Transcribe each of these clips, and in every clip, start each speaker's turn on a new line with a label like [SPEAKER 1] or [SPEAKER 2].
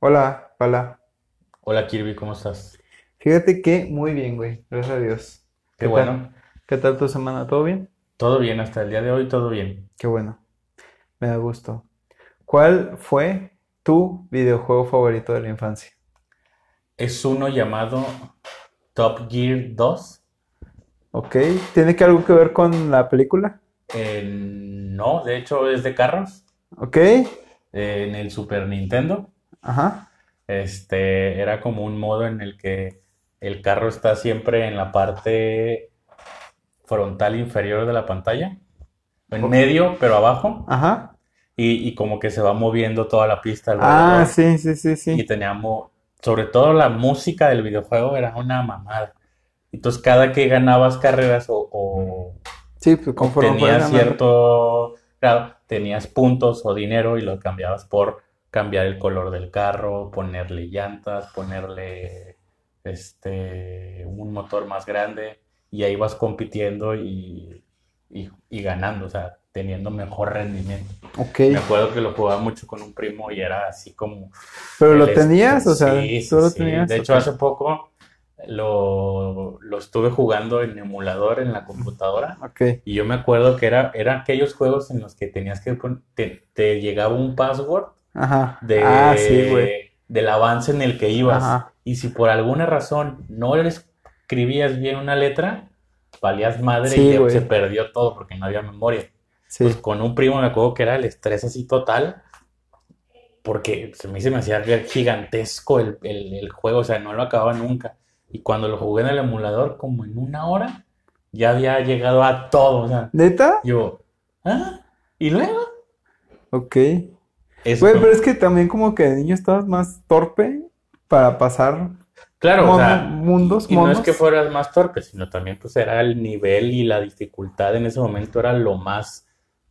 [SPEAKER 1] Hola, Pala.
[SPEAKER 2] Hola Kirby, ¿cómo estás?
[SPEAKER 1] Fíjate que muy bien, güey. Gracias a Dios. ¿Qué
[SPEAKER 2] Qué bueno.
[SPEAKER 1] tal? ¿Qué tal tu semana? ¿Todo bien?
[SPEAKER 2] Todo bien, hasta el día de hoy todo bien.
[SPEAKER 1] Qué bueno. Me da gusto. ¿Cuál fue tu videojuego favorito de la infancia?
[SPEAKER 2] Es uno llamado Top Gear 2.
[SPEAKER 1] ¿Ok? ¿Tiene que algo que ver con la película?
[SPEAKER 2] Eh, no, de hecho es de carros.
[SPEAKER 1] ¿Ok?
[SPEAKER 2] eh, en el Super Nintendo.
[SPEAKER 1] Ajá.
[SPEAKER 2] Este era como un modo en el que el carro está siempre en la parte frontal inferior de la pantalla. En medio, pero abajo.
[SPEAKER 1] Ajá.
[SPEAKER 2] Y, y como que se va moviendo toda la pista
[SPEAKER 1] Ah,
[SPEAKER 2] alrededor.
[SPEAKER 1] sí, sí, sí,
[SPEAKER 2] Y
[SPEAKER 1] sí.
[SPEAKER 2] teníamos, sobre todo la música del videojuego era una mamada. Entonces cada que ganabas carreras o, o
[SPEAKER 1] Sí, pues conforme fueras
[SPEAKER 2] obtenías
[SPEAKER 1] ganando.
[SPEAKER 2] cierto grado, tenías puntos o dinero y lo cambiabas por cambiar el color del carro, ponerle llantas, ponerle este un motor más grande y ahí vas compitiendo y, y- y ganando, o sea, teniendo mejor rendimiento.
[SPEAKER 1] Ok.
[SPEAKER 2] Me acuerdo que lo jugaba mucho con un primo y era así como...
[SPEAKER 1] ¿Pero
[SPEAKER 2] El
[SPEAKER 1] lo
[SPEAKER 2] est-
[SPEAKER 1] tenías? O sea,
[SPEAKER 2] sí, sí,
[SPEAKER 1] ¿tú lo
[SPEAKER 2] sí. De
[SPEAKER 1] tenías?
[SPEAKER 2] hecho,
[SPEAKER 1] Ok.
[SPEAKER 2] hace poco lo, lo estuve jugando en emulador en la computadora
[SPEAKER 1] Ok.
[SPEAKER 2] y yo me acuerdo que era, eran aquellos juegos en los que tenías que pon- te, te llegaba un password
[SPEAKER 1] Ajá. Ah, sí, güey.
[SPEAKER 2] de, del avance en el que ibas
[SPEAKER 1] Ajá.
[SPEAKER 2] y si por alguna razón no le escribías bien una letra, valías madre y
[SPEAKER 1] Sí,
[SPEAKER 2] ya se
[SPEAKER 1] güey.
[SPEAKER 2] perdió todo porque no había memoria. Pues
[SPEAKER 1] Sí.
[SPEAKER 2] con un primo me acuerdo que era el estrés así total porque se me, se me hacía ver gigantesco el, el- el juego, o sea, no lo acababa nunca. Y cuando lo jugué en el emulador, como en una hora, ya había llegado a todo, o sea,
[SPEAKER 1] ¿Neta?
[SPEAKER 2] yo, ¿ah? ¿Y luego?
[SPEAKER 1] Ok.
[SPEAKER 2] Eso
[SPEAKER 1] Güey,
[SPEAKER 2] fue,
[SPEAKER 1] pero es que también como que de niño estabas más torpe para pasar
[SPEAKER 2] claro, o
[SPEAKER 1] mono-
[SPEAKER 2] sea, y,
[SPEAKER 1] mundos,
[SPEAKER 2] y no es que
[SPEAKER 1] monos.
[SPEAKER 2] fueras más torpe, sino también pues era el nivel y la dificultad en ese momento era lo más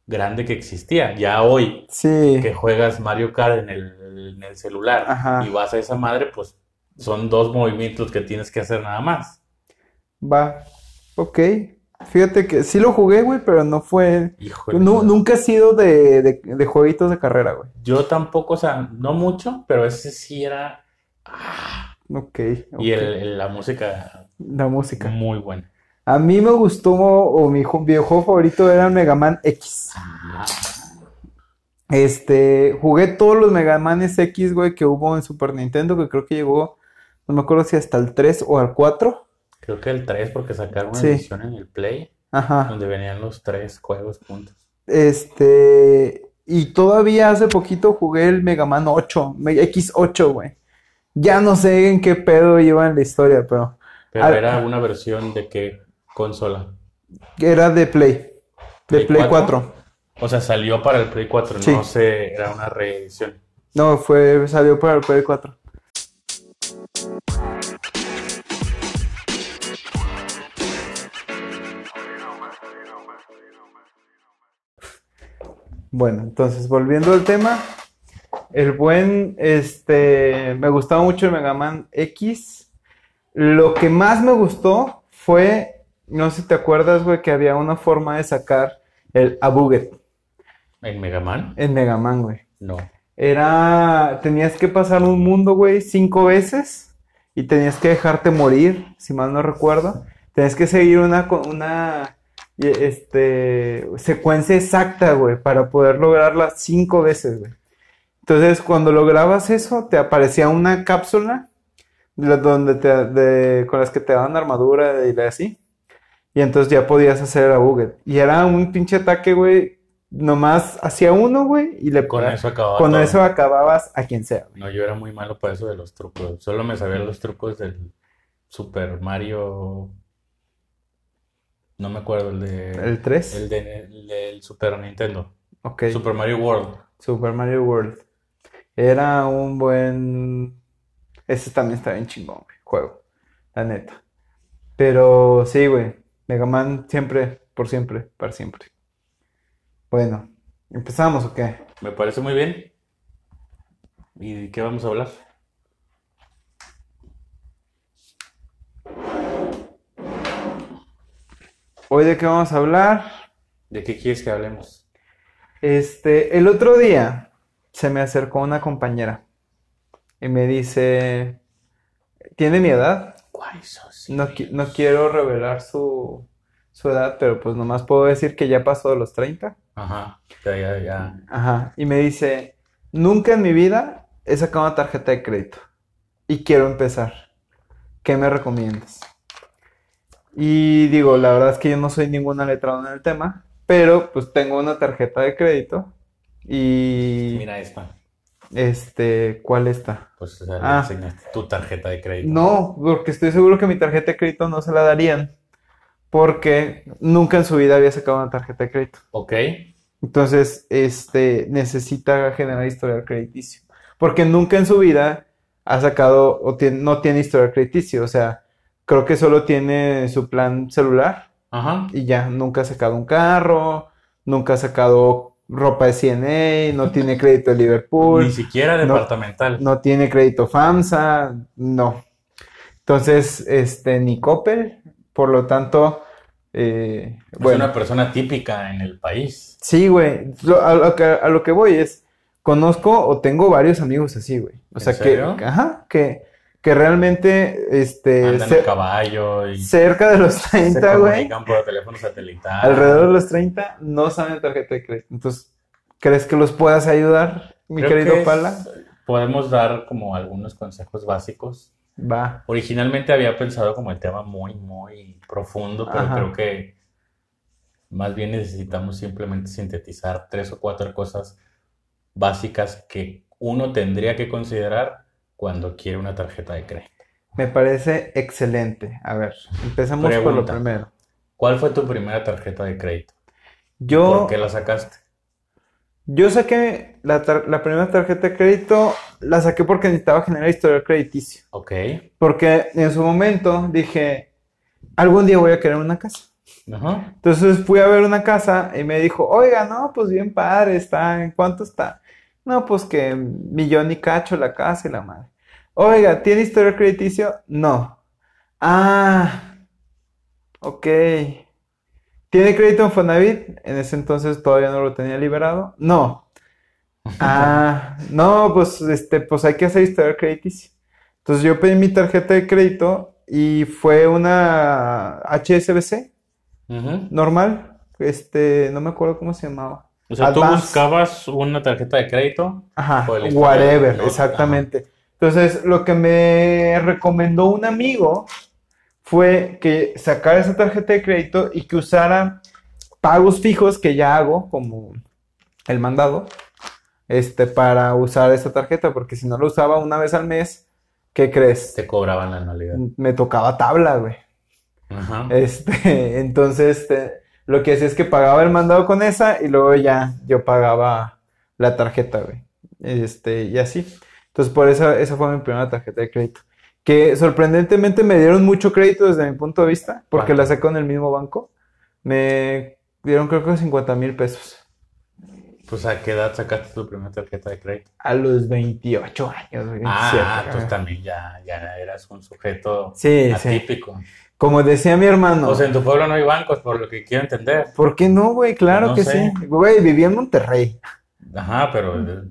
[SPEAKER 2] grande que existía. Ya hoy que
[SPEAKER 1] Sí,
[SPEAKER 2] juegas Mario Kart en el, en el celular y
[SPEAKER 1] ajá,
[SPEAKER 2] vas a esa madre, pues son dos movimientos que tienes que hacer nada más.
[SPEAKER 1] va. Ok. Fíjate que sí lo jugué, güey, pero no fue...
[SPEAKER 2] Híjole,
[SPEAKER 1] nu-
[SPEAKER 2] no.
[SPEAKER 1] nunca he sido de, de, de jueguitos de carrera, güey.
[SPEAKER 2] Yo tampoco, o sea, no mucho, pero ese sí era. ¡Ah!
[SPEAKER 1] Ok,
[SPEAKER 2] Y
[SPEAKER 1] ok.
[SPEAKER 2] el, Mm. el- la música
[SPEAKER 1] La música.
[SPEAKER 2] muy buena.
[SPEAKER 1] A mí me gustó, o mi ju- videojuego favorito era Mega Man X. Este, jugué todos los Mega Manes X, güey, que hubo en Super Nintendo, que creo que llegó, no me acuerdo si hasta el 3 o al 4.
[SPEAKER 2] Creo que el 3, porque sacaron una
[SPEAKER 1] Sí,
[SPEAKER 2] edición en el Play
[SPEAKER 1] ajá.
[SPEAKER 2] donde venían los tres juegos juntos.
[SPEAKER 1] Este, y todavía hace poquito jugué el Mega Man 8, Me- X8, güey. Ya no sé en qué pedo lleva en la historia, pero
[SPEAKER 2] Pero
[SPEAKER 1] al-
[SPEAKER 2] era una versión de qué consola?
[SPEAKER 1] era de Play, de
[SPEAKER 2] ¿Play
[SPEAKER 1] Play
[SPEAKER 2] 4?
[SPEAKER 1] 4.
[SPEAKER 2] O sea, salió para el Play 4, no
[SPEAKER 1] Sí,
[SPEAKER 2] sé, era una reedición.
[SPEAKER 1] no, fue, salió para el Play 4. Bueno, entonces, volviendo al tema, el buen, este, me gustaba mucho el Mega Man X. Lo que más me gustó fue, no sé si te acuerdas, güey, que había una forma de sacar el Abuget
[SPEAKER 2] ¿En Mega Man?
[SPEAKER 1] en Mega Man, güey.
[SPEAKER 2] No.
[SPEAKER 1] Era, tenías que pasar un mundo, güey, cinco veces y tenías que dejarte morir, si mal no recuerdo. Tenías que seguir una, co- una, y- este, secuencia exacta, güey, para poder lograrla cinco veces, güey. Entonces, cuando lograbas eso, te aparecía una cápsula de la- donde te, de- con las que te daban armadura y así. Y entonces ya podías hacer a Buget. Y era un pinche ataque, güey. Nomás hacía uno, güey, y le,
[SPEAKER 2] Con eso acababa
[SPEAKER 1] con eso
[SPEAKER 2] todo.
[SPEAKER 1] acababas a quien sea, güey.
[SPEAKER 2] No, yo era muy malo para eso de los trucos. Solo me sabía los trucos del Super Mario. No me acuerdo, el de.
[SPEAKER 1] El 3,
[SPEAKER 2] El de- el del Super Nintendo.
[SPEAKER 1] ok.
[SPEAKER 2] Super Mario World.
[SPEAKER 1] Super Mario World. Era un buen... Ese también está bien chingón, güey, juego, la neta. Pero sí, güey. Mega Man siempre, por siempre, para siempre. Bueno, ¿empezamos o qué?
[SPEAKER 2] Me parece muy bien. ¿Y de qué vamos a hablar?
[SPEAKER 1] Hoy de qué vamos a hablar.
[SPEAKER 2] ¿De qué quieres que hablemos?
[SPEAKER 1] Este, el otro día se me acercó una compañera. y me dice, tiene mi edad,
[SPEAKER 2] Guay, eso sí.
[SPEAKER 1] no, qui- no quiero revelar su, su edad, pero pues nomás puedo decir que ya pasó de los 30.
[SPEAKER 2] Ajá, ya, ya, ya.
[SPEAKER 1] Ajá, y me dice, nunca en mi vida he sacado una tarjeta de crédito y quiero empezar. ¿Qué me recomiendas? Y digo, la verdad es que yo no soy ninguna letrada en el tema, pero pues tengo una tarjeta de crédito y
[SPEAKER 2] Mira esta.
[SPEAKER 1] este, ¿cuál está?
[SPEAKER 2] Pues o sea, le
[SPEAKER 1] Ah.
[SPEAKER 2] enseñaste tu tarjeta de crédito.
[SPEAKER 1] No, porque estoy seguro que mi tarjeta de crédito no se la darían porque nunca en su vida había sacado una tarjeta de crédito.
[SPEAKER 2] Ok.
[SPEAKER 1] Entonces, este, necesita generar historial crediticio. Porque nunca en su vida ha sacado o tiene- no tiene historial crediticio. O sea, creo que solo tiene su plan celular
[SPEAKER 2] Ajá.
[SPEAKER 1] y ya. Nunca ha sacado un carro, nunca ha sacado ropa de CNA, no tiene crédito de Liverpool,
[SPEAKER 2] Ni siquiera
[SPEAKER 1] no.
[SPEAKER 2] departamental.
[SPEAKER 1] no tiene crédito FAMSA, no. Entonces, este, ni Coppel, por lo tanto, eh,
[SPEAKER 2] Es
[SPEAKER 1] bueno.
[SPEAKER 2] una persona típica en el país.
[SPEAKER 1] Sí, güey. Lo- A lo que, a lo que voy es, conozco o tengo varios amigos así, güey. O
[SPEAKER 2] ¿En
[SPEAKER 1] sea, que,
[SPEAKER 2] serio?
[SPEAKER 1] que- ajá, que, que realmente, este,
[SPEAKER 2] Andan
[SPEAKER 1] cer-
[SPEAKER 2] a caballo y
[SPEAKER 1] cerca de los
[SPEAKER 2] se
[SPEAKER 1] 30, güey,
[SPEAKER 2] comunican por teléfono satelital.
[SPEAKER 1] alrededor de los 30, no saben tarjeta de crédito. Entonces, ¿crees que los puedas ayudar, mi
[SPEAKER 2] Creo
[SPEAKER 1] querido
[SPEAKER 2] que es-
[SPEAKER 1] Pala?
[SPEAKER 2] Podemos dar como algunos consejos básicos.
[SPEAKER 1] Va.
[SPEAKER 2] Originalmente había pensado como el tema muy, muy profundo, pero
[SPEAKER 1] Ajá.
[SPEAKER 2] creo que más bien necesitamos simplemente sintetizar tres o cuatro cosas básicas que uno tendría que considerar cuando quiere una tarjeta de crédito.
[SPEAKER 1] Me parece excelente. A ver, empezamos por lo
[SPEAKER 2] Pregunta.
[SPEAKER 1] primero.
[SPEAKER 2] ¿Cuál fue tu primera tarjeta de crédito?
[SPEAKER 1] Yo,
[SPEAKER 2] ¿Por qué la sacaste?
[SPEAKER 1] yo saqué la, tar- la primera tarjeta de crédito, la saqué porque necesitaba generar historial crediticio.
[SPEAKER 2] Ok,
[SPEAKER 1] Porque en su momento dije, algún día voy a querer una casa.
[SPEAKER 2] ajá,
[SPEAKER 1] Entonces fui a ver una casa y me dijo, oiga, no, pues bien padre está, ¿en cuánto está? No, pues que millón y cacho la casa y la madre. Oiga, ¿tiene historial crediticio? No. Ah, ok. ¿Tiene crédito en Fonavit? En ese entonces todavía no lo tenía liberado. No. Ah, no, pues este, pues hay que hacer historial crediticio. Entonces yo pedí mi tarjeta de crédito y fue una HSBC
[SPEAKER 2] ujú.
[SPEAKER 1] normal, este, no me acuerdo cómo se llamaba.
[SPEAKER 2] O sea, tú
[SPEAKER 1] Advance.
[SPEAKER 2] buscabas una tarjeta de crédito.
[SPEAKER 1] Ajá,
[SPEAKER 2] Por el historial,
[SPEAKER 1] whatever,
[SPEAKER 2] ¿no?
[SPEAKER 1] exactamente. Entonces, lo que me recomendó un amigo fue que sacara esa tarjeta de crédito y que usara pagos fijos que ya hago, como el mandado, este, para usar esa tarjeta, porque si no lo usaba una vez al mes, ¿qué crees?
[SPEAKER 2] Te cobraban la anualidad.
[SPEAKER 1] Me tocaba tabla, güey.
[SPEAKER 2] Ajá.
[SPEAKER 1] Este, entonces, este, lo que hacía es que pagaba el mandado con esa y luego ya yo pagaba la tarjeta, güey. Este, y así. Entonces, por eso, esa fue mi primera tarjeta de crédito. Que sorprendentemente me dieron mucho crédito desde mi punto de vista, porque la
[SPEAKER 2] ¿Cuánto?
[SPEAKER 1] saco en el mismo banco. Me dieron creo que 50 mil pesos.
[SPEAKER 2] Pues a qué edad sacaste tu primera tarjeta de crédito?
[SPEAKER 1] A los 28 años, güey,
[SPEAKER 2] Ah,
[SPEAKER 1] 27,
[SPEAKER 2] tú
[SPEAKER 1] güey.
[SPEAKER 2] también ya, ya eras un sujeto
[SPEAKER 1] Sí, sí.
[SPEAKER 2] atípico.
[SPEAKER 1] Como decía mi hermano.
[SPEAKER 2] O sea, en tu pueblo no hay bancos, por lo que quiero entender.
[SPEAKER 1] ¿por qué no, güey? Claro
[SPEAKER 2] No
[SPEAKER 1] que
[SPEAKER 2] sé.
[SPEAKER 1] sí. Güey, vivía en Monterrey.
[SPEAKER 2] Ajá, pero
[SPEAKER 1] Mm.
[SPEAKER 2] de-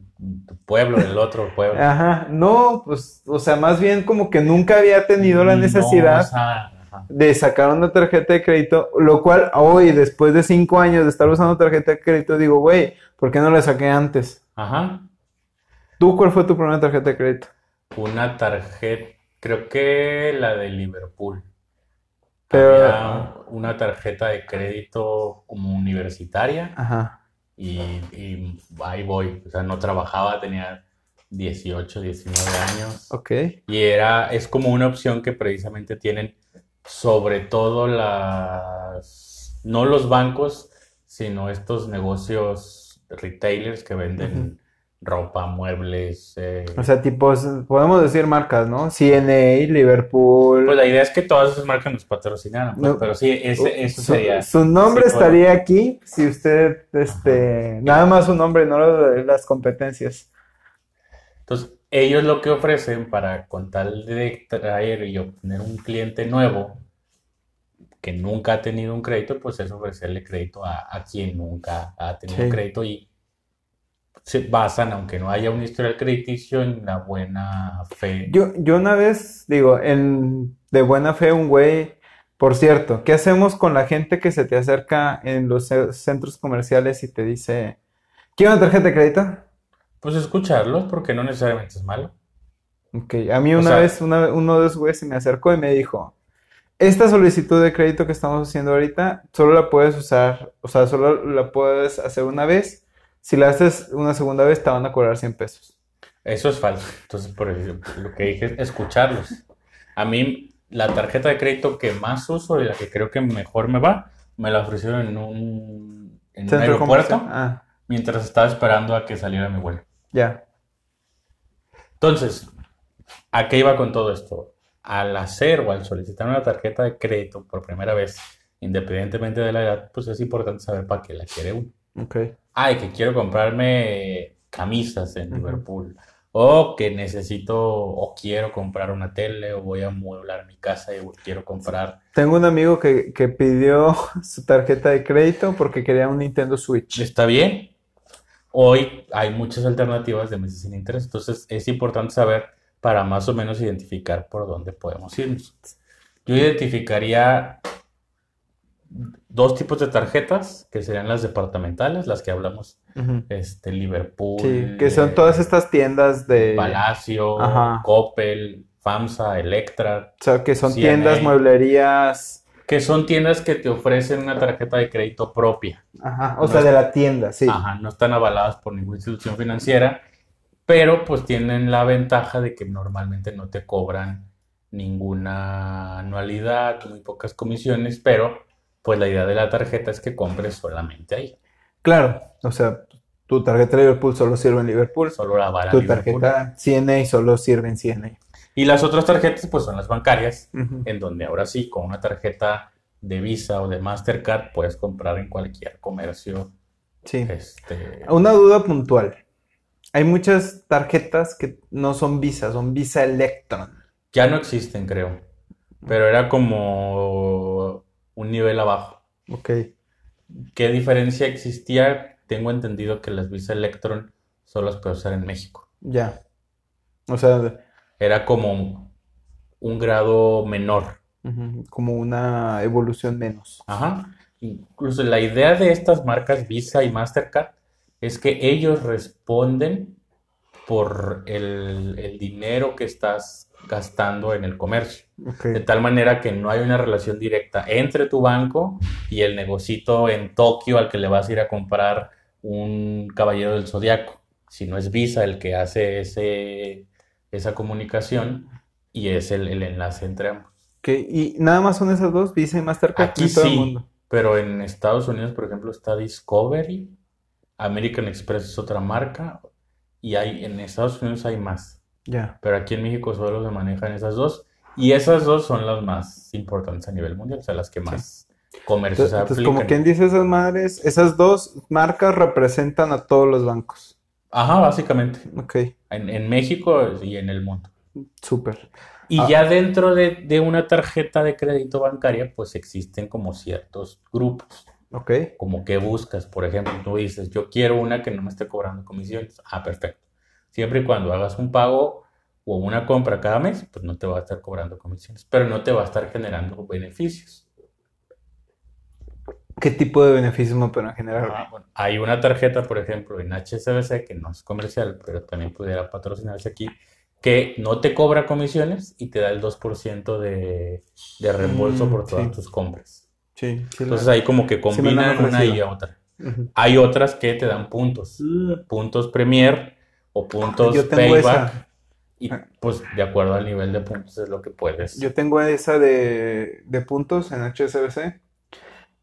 [SPEAKER 2] tu pueblo, del otro pueblo.
[SPEAKER 1] Ajá, no, pues, o sea, más bien como que nunca había tenido la
[SPEAKER 2] Mm, No, o
[SPEAKER 1] necesidad
[SPEAKER 2] sea, ajá.
[SPEAKER 1] de sacar una tarjeta de crédito, lo cual hoy, después de cinco años de estar usando tarjeta de crédito, digo, güey, ¿por qué no la saqué antes?
[SPEAKER 2] Ajá.
[SPEAKER 1] ¿Tú cuál fue tu primera tarjeta de crédito?
[SPEAKER 2] Una tarjeta, creo que la de Liverpool.
[SPEAKER 1] Pero-
[SPEAKER 2] Había una tarjeta de crédito como universitaria
[SPEAKER 1] Ajá,
[SPEAKER 2] y, y ahí voy. O sea, no trabajaba, tenía 18, 19 años.
[SPEAKER 1] ok,
[SPEAKER 2] Y era, es como una opción que precisamente tienen sobre todo las, no los bancos, sino estos negocios retailers que venden ropa, muebles. eh.
[SPEAKER 1] o sea, tipo, podemos decir marcas, ¿no? CNA, Liverpool,
[SPEAKER 2] Pues la idea es que todas esas marcas nos patrocinaran, pues,
[SPEAKER 1] No.
[SPEAKER 2] pero sí, ese, eso
[SPEAKER 1] su,
[SPEAKER 2] sería.
[SPEAKER 1] su nombre
[SPEAKER 2] sí, por-
[SPEAKER 1] estaría aquí si usted, este, nada más su nombre, no lo- las competencias.
[SPEAKER 2] Entonces, ellos lo que ofrecen para con tal de traer y obtener un cliente nuevo que nunca ha tenido un crédito, pues es ofrecerle crédito a, a quien nunca ha tenido
[SPEAKER 1] Sí.
[SPEAKER 2] crédito y se basan, aunque no haya un historial crediticio, en la buena fe.
[SPEAKER 1] Yo, yo una vez, digo, en, de buena fe un güey, por cierto, ¿qué hacemos con la gente que se te acerca en los ce- centros comerciales y te dice, ¿quiere una tarjeta de crédito?
[SPEAKER 2] Pues escucharlos, porque no necesariamente es malo.
[SPEAKER 1] Ok, a mí
[SPEAKER 2] O
[SPEAKER 1] una
[SPEAKER 2] sea-
[SPEAKER 1] vez una- uno de esos güeyes se me acercó y me dijo, esta solicitud de crédito que estamos haciendo ahorita, solo la puedes usar, o sea, solo la puedes hacer una vez. Si la haces una segunda vez, te van a cobrar 100 pesos.
[SPEAKER 2] Eso es falso. Entonces, por eso, lo que dije es escucharlos. A mí, la tarjeta de crédito que más uso y la que creo que mejor me va, me la ofrecieron en un, en un
[SPEAKER 1] Centro
[SPEAKER 2] aeropuerto
[SPEAKER 1] comercial. Ah,
[SPEAKER 2] mientras estaba esperando a que saliera mi vuelo.
[SPEAKER 1] ya.
[SPEAKER 2] Entonces, ¿a qué iba con todo esto? Al hacer o al solicitar una tarjeta de crédito por primera vez, independientemente de la edad, pues es importante saber para qué la quiere uno.
[SPEAKER 1] Ok.
[SPEAKER 2] Ay, que quiero comprarme camisas en
[SPEAKER 1] Ujú.
[SPEAKER 2] Liverpool. O que necesito o quiero comprar una tele o voy a mueblar mi casa y quiero comprar
[SPEAKER 1] Tengo un amigo que, que pidió su tarjeta de crédito porque quería un Nintendo Switch.
[SPEAKER 2] ¿Está bien? Hoy hay muchas alternativas de meses sin interés, entonces es importante saber para más o menos identificar por dónde podemos irnos. Yo identificaría dos tipos de tarjetas, que serían las departamentales, las que hablamos,
[SPEAKER 1] Ujú.
[SPEAKER 2] este, Liverpool,
[SPEAKER 1] Sí, que son
[SPEAKER 2] eh,
[SPEAKER 1] todas estas tiendas de...
[SPEAKER 2] Palacio,
[SPEAKER 1] Eh, Ajá.
[SPEAKER 2] Coppel, FAMSA, Electra,
[SPEAKER 1] O sea, que son
[SPEAKER 2] CNA,
[SPEAKER 1] tiendas, mueblerías...
[SPEAKER 2] que son tiendas que te ofrecen una tarjeta de crédito propia.
[SPEAKER 1] Ajá, o
[SPEAKER 2] No
[SPEAKER 1] sea,
[SPEAKER 2] es-
[SPEAKER 1] de la tienda, sí.
[SPEAKER 2] Ajá, no están avaladas por ninguna institución financiera, pero pues tienen la ventaja de que normalmente no te cobran ninguna anualidad, muy pocas comisiones, pero pues la idea de la tarjeta es que compres solamente ahí,
[SPEAKER 1] Claro, o sea, tu tarjeta de Liverpool solo sirve en Liverpool,
[SPEAKER 2] solo la vara
[SPEAKER 1] tu
[SPEAKER 2] Liverpool.
[SPEAKER 1] tarjeta CNA solo sirve en CNA.
[SPEAKER 2] Y las otras tarjetas pues son las bancarias,
[SPEAKER 1] Ujú.
[SPEAKER 2] en donde ahora sí, con una tarjeta de Visa o de Mastercard puedes comprar en cualquier comercio.
[SPEAKER 1] Sí.
[SPEAKER 2] Este,
[SPEAKER 1] Una duda puntual. Hay muchas tarjetas que no son Visa, son Visa Electron.
[SPEAKER 2] ya no existen, creo, pero era como un nivel abajo.
[SPEAKER 1] Ok.
[SPEAKER 2] ¿Qué diferencia existía? Tengo entendido que las Visa Electron solo las puede usar en México.
[SPEAKER 1] Ya. O sea,
[SPEAKER 2] Era como un, un grado menor.
[SPEAKER 1] ujú, como una evolución menos.
[SPEAKER 2] Ajá. Incluso la idea de estas marcas Visa y Mastercard es que ellos responden por el, el dinero que estás gastando en el comercio.
[SPEAKER 1] Ok.
[SPEAKER 2] De tal manera que no hay una relación directa entre tu banco y el negocito en Tokio al que le vas a ir a comprar un Caballero del Zodiaco. Si no es Visa el que hace ese, esa comunicación y es el, el enlace entre ambos.
[SPEAKER 1] Ok, Y nada más son esas dos, Visa y Mastercard,
[SPEAKER 2] Aquí
[SPEAKER 1] en todo el
[SPEAKER 2] sí,
[SPEAKER 1] mundo.
[SPEAKER 2] pero en Estados Unidos, por ejemplo, está Discovery, American Express es otra marca y hay, en Estados Unidos hay más.
[SPEAKER 1] Ya.
[SPEAKER 2] Pero aquí en México solo se manejan esas dos. Y esas dos son las más importantes a nivel mundial, o sea, las que más comercios
[SPEAKER 1] Entonces, entonces, como
[SPEAKER 2] aplican.
[SPEAKER 1] quien dice esas madres, esas dos marcas representan a todos los bancos.
[SPEAKER 2] Ajá, básicamente.
[SPEAKER 1] Ok,
[SPEAKER 2] En, en México y en el mundo.
[SPEAKER 1] súper.
[SPEAKER 2] Y
[SPEAKER 1] Ah.
[SPEAKER 2] ya dentro de, de una tarjeta de crédito bancaria, pues existen como ciertos grupos.
[SPEAKER 1] Ok.
[SPEAKER 2] Como que buscas, por ejemplo, tú dices, yo quiero una que no me esté cobrando comisiones. Ah, perfecto. Siempre y cuando hagas un pago o una compra cada mes, pues no te va a estar cobrando comisiones, pero no te va a estar generando beneficios.
[SPEAKER 1] ¿Qué tipo de beneficios me pueden generar?
[SPEAKER 2] Ah, bueno, hay una tarjeta, por ejemplo, en HSBC, que no es comercial, pero también pudiera patrocinarse aquí, que no te cobra comisiones y te da el 2% de, de reembolso
[SPEAKER 1] Mm,
[SPEAKER 2] por todas
[SPEAKER 1] sí.
[SPEAKER 2] tus compras.
[SPEAKER 1] Sí, sí.
[SPEAKER 2] Entonces ahí como que
[SPEAKER 1] Sí me la han
[SPEAKER 2] combinan una y
[SPEAKER 1] ofrecido.
[SPEAKER 2] otra.
[SPEAKER 1] Ujú.
[SPEAKER 2] Hay otras que te dan puntos, puntos Premier o puntos
[SPEAKER 1] Yo tengo
[SPEAKER 2] Payback,
[SPEAKER 1] esa.
[SPEAKER 2] y pues de acuerdo al nivel de puntos es lo que puedes.
[SPEAKER 1] Yo tengo esa de, de puntos en HSBC.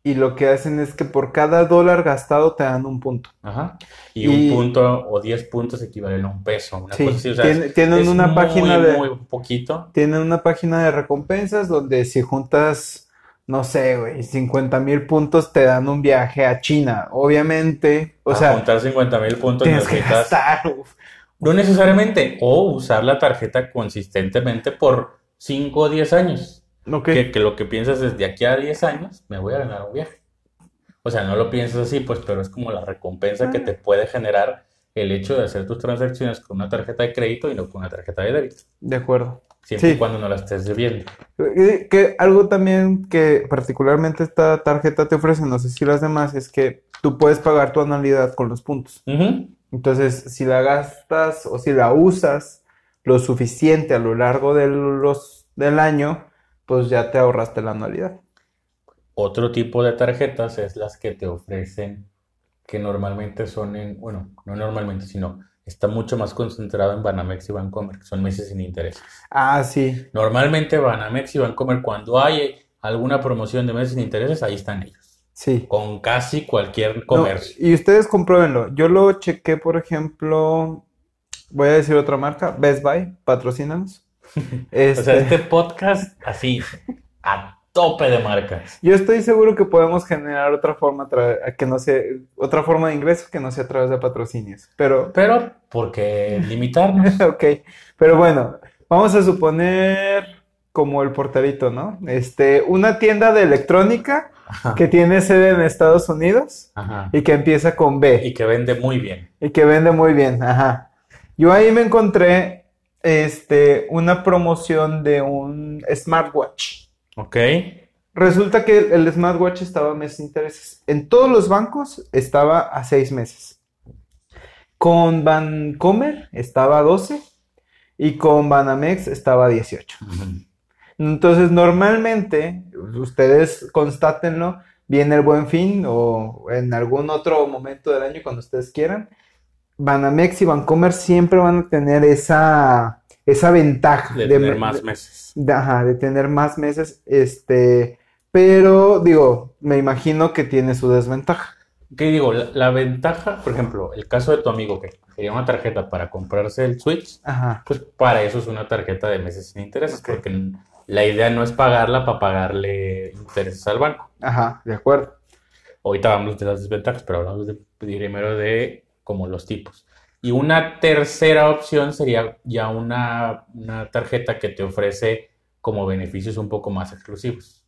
[SPEAKER 1] Y lo que hacen es que por cada dólar gastado te dan un punto.
[SPEAKER 2] Ajá. Y un
[SPEAKER 1] Y
[SPEAKER 2] punto o 10 puntos equivalen a un peso, una cosa
[SPEAKER 1] sí,
[SPEAKER 2] así. O sea, es,
[SPEAKER 1] tiene- tienen
[SPEAKER 2] es
[SPEAKER 1] una
[SPEAKER 2] muy,
[SPEAKER 1] página de,
[SPEAKER 2] muy poquito.
[SPEAKER 1] tienen una página de recompensas donde si juntas, no sé, güey, 50 mil puntos te dan un viaje a China. Obviamente, o
[SPEAKER 2] Para
[SPEAKER 1] sea,
[SPEAKER 2] juntar 50 mil Ah, puntos
[SPEAKER 1] tienes que
[SPEAKER 2] necesitas,
[SPEAKER 1] gastar. uf.
[SPEAKER 2] no necesariamente, o usar la tarjeta consistentemente por 5 o 10 años.
[SPEAKER 1] Ok.
[SPEAKER 2] Que, que lo que piensas es de aquí a 10 años me voy a ganar un viaje. O sea, no lo piensas así, pues, pero es como la recompensa que te puede generar el hecho de hacer tus transacciones con una tarjeta de crédito y no con una tarjeta de débito,
[SPEAKER 1] De acuerdo.
[SPEAKER 2] siempre y
[SPEAKER 1] Sí.
[SPEAKER 2] cuando no la estés debiendo.
[SPEAKER 1] Eh, Que algo también que particularmente esta tarjeta te ofrece, no sé si las demás, es que tú puedes pagar tu anualidad con los puntos.
[SPEAKER 2] Ujú.
[SPEAKER 1] Entonces, si la gastas o si la usas lo suficiente a lo largo de los, del año, pues ya te ahorraste la anualidad.
[SPEAKER 2] Otro tipo de tarjetas es las que te ofrecen, que normalmente son en, bueno, no normalmente, sino está mucho más concentrado en Banamex y Bancomer, que son meses sin interés.
[SPEAKER 1] Ah, sí.
[SPEAKER 2] Normalmente Banamex y Bancomer, cuando hay alguna promoción de meses sin intereses, ahí están ellos.
[SPEAKER 1] Sí.
[SPEAKER 2] Con casi cualquier
[SPEAKER 1] No,
[SPEAKER 2] comercio.
[SPEAKER 1] y ustedes compruébenlo. Yo lo chequé, por ejemplo, voy a decir otra marca, Best Buy, patrocínanos.
[SPEAKER 2] O sea,
[SPEAKER 1] Este,
[SPEAKER 2] este podcast así, a tope de marcas.
[SPEAKER 1] yo estoy seguro que podemos generar otra forma tra- que no sea, otra forma de ingreso que no sea a través de patrocinios. Pero,
[SPEAKER 2] Pero, porque limitarnos?
[SPEAKER 1] ok, pero bueno, vamos a suponer como el porterito, ¿no? Este, una tienda de electrónica
[SPEAKER 2] Ajá.
[SPEAKER 1] que tiene sede en Estados Unidos
[SPEAKER 2] Ajá.
[SPEAKER 1] y que empieza con B.
[SPEAKER 2] Y que vende muy bien.
[SPEAKER 1] Y que vende muy bien, ajá. Yo ahí me encontré este, una promoción de un smartwatch.
[SPEAKER 2] ¿Ok?
[SPEAKER 1] Resulta que el, el smartwatch estaba a meses de intereses. En todos los bancos estaba a seis meses. Con Bancomer estaba a 12 y con Banamex estaba a 18. Entonces, normalmente, ustedes constátenlo, viene el Buen Fin o en algún otro momento del año cuando ustedes quieran. Banamex y Bancomer siempre van a tener esa, esa ventaja
[SPEAKER 2] De
[SPEAKER 1] me-
[SPEAKER 2] tener más meses.
[SPEAKER 1] de- ajá, de tener más meses, este, pero digo, me imagino que tiene su desventaja.
[SPEAKER 2] ¿Qué digo? La, la ventaja, por ejemplo, el caso de tu amigo que quería una tarjeta para comprarse el Switch,
[SPEAKER 1] Ajá,
[SPEAKER 2] pues para eso es una tarjeta de meses sin intereses,
[SPEAKER 1] Ok.
[SPEAKER 2] porque n- la idea no es pagarla para pagarle intereses al banco.
[SPEAKER 1] ajá, de acuerdo.
[SPEAKER 2] Ahorita hablamos de las desventajas, pero hablamos de- primero de como los tipos. Y una tercera opción sería ya una, una tarjeta que te ofrece como beneficios un poco más exclusivos.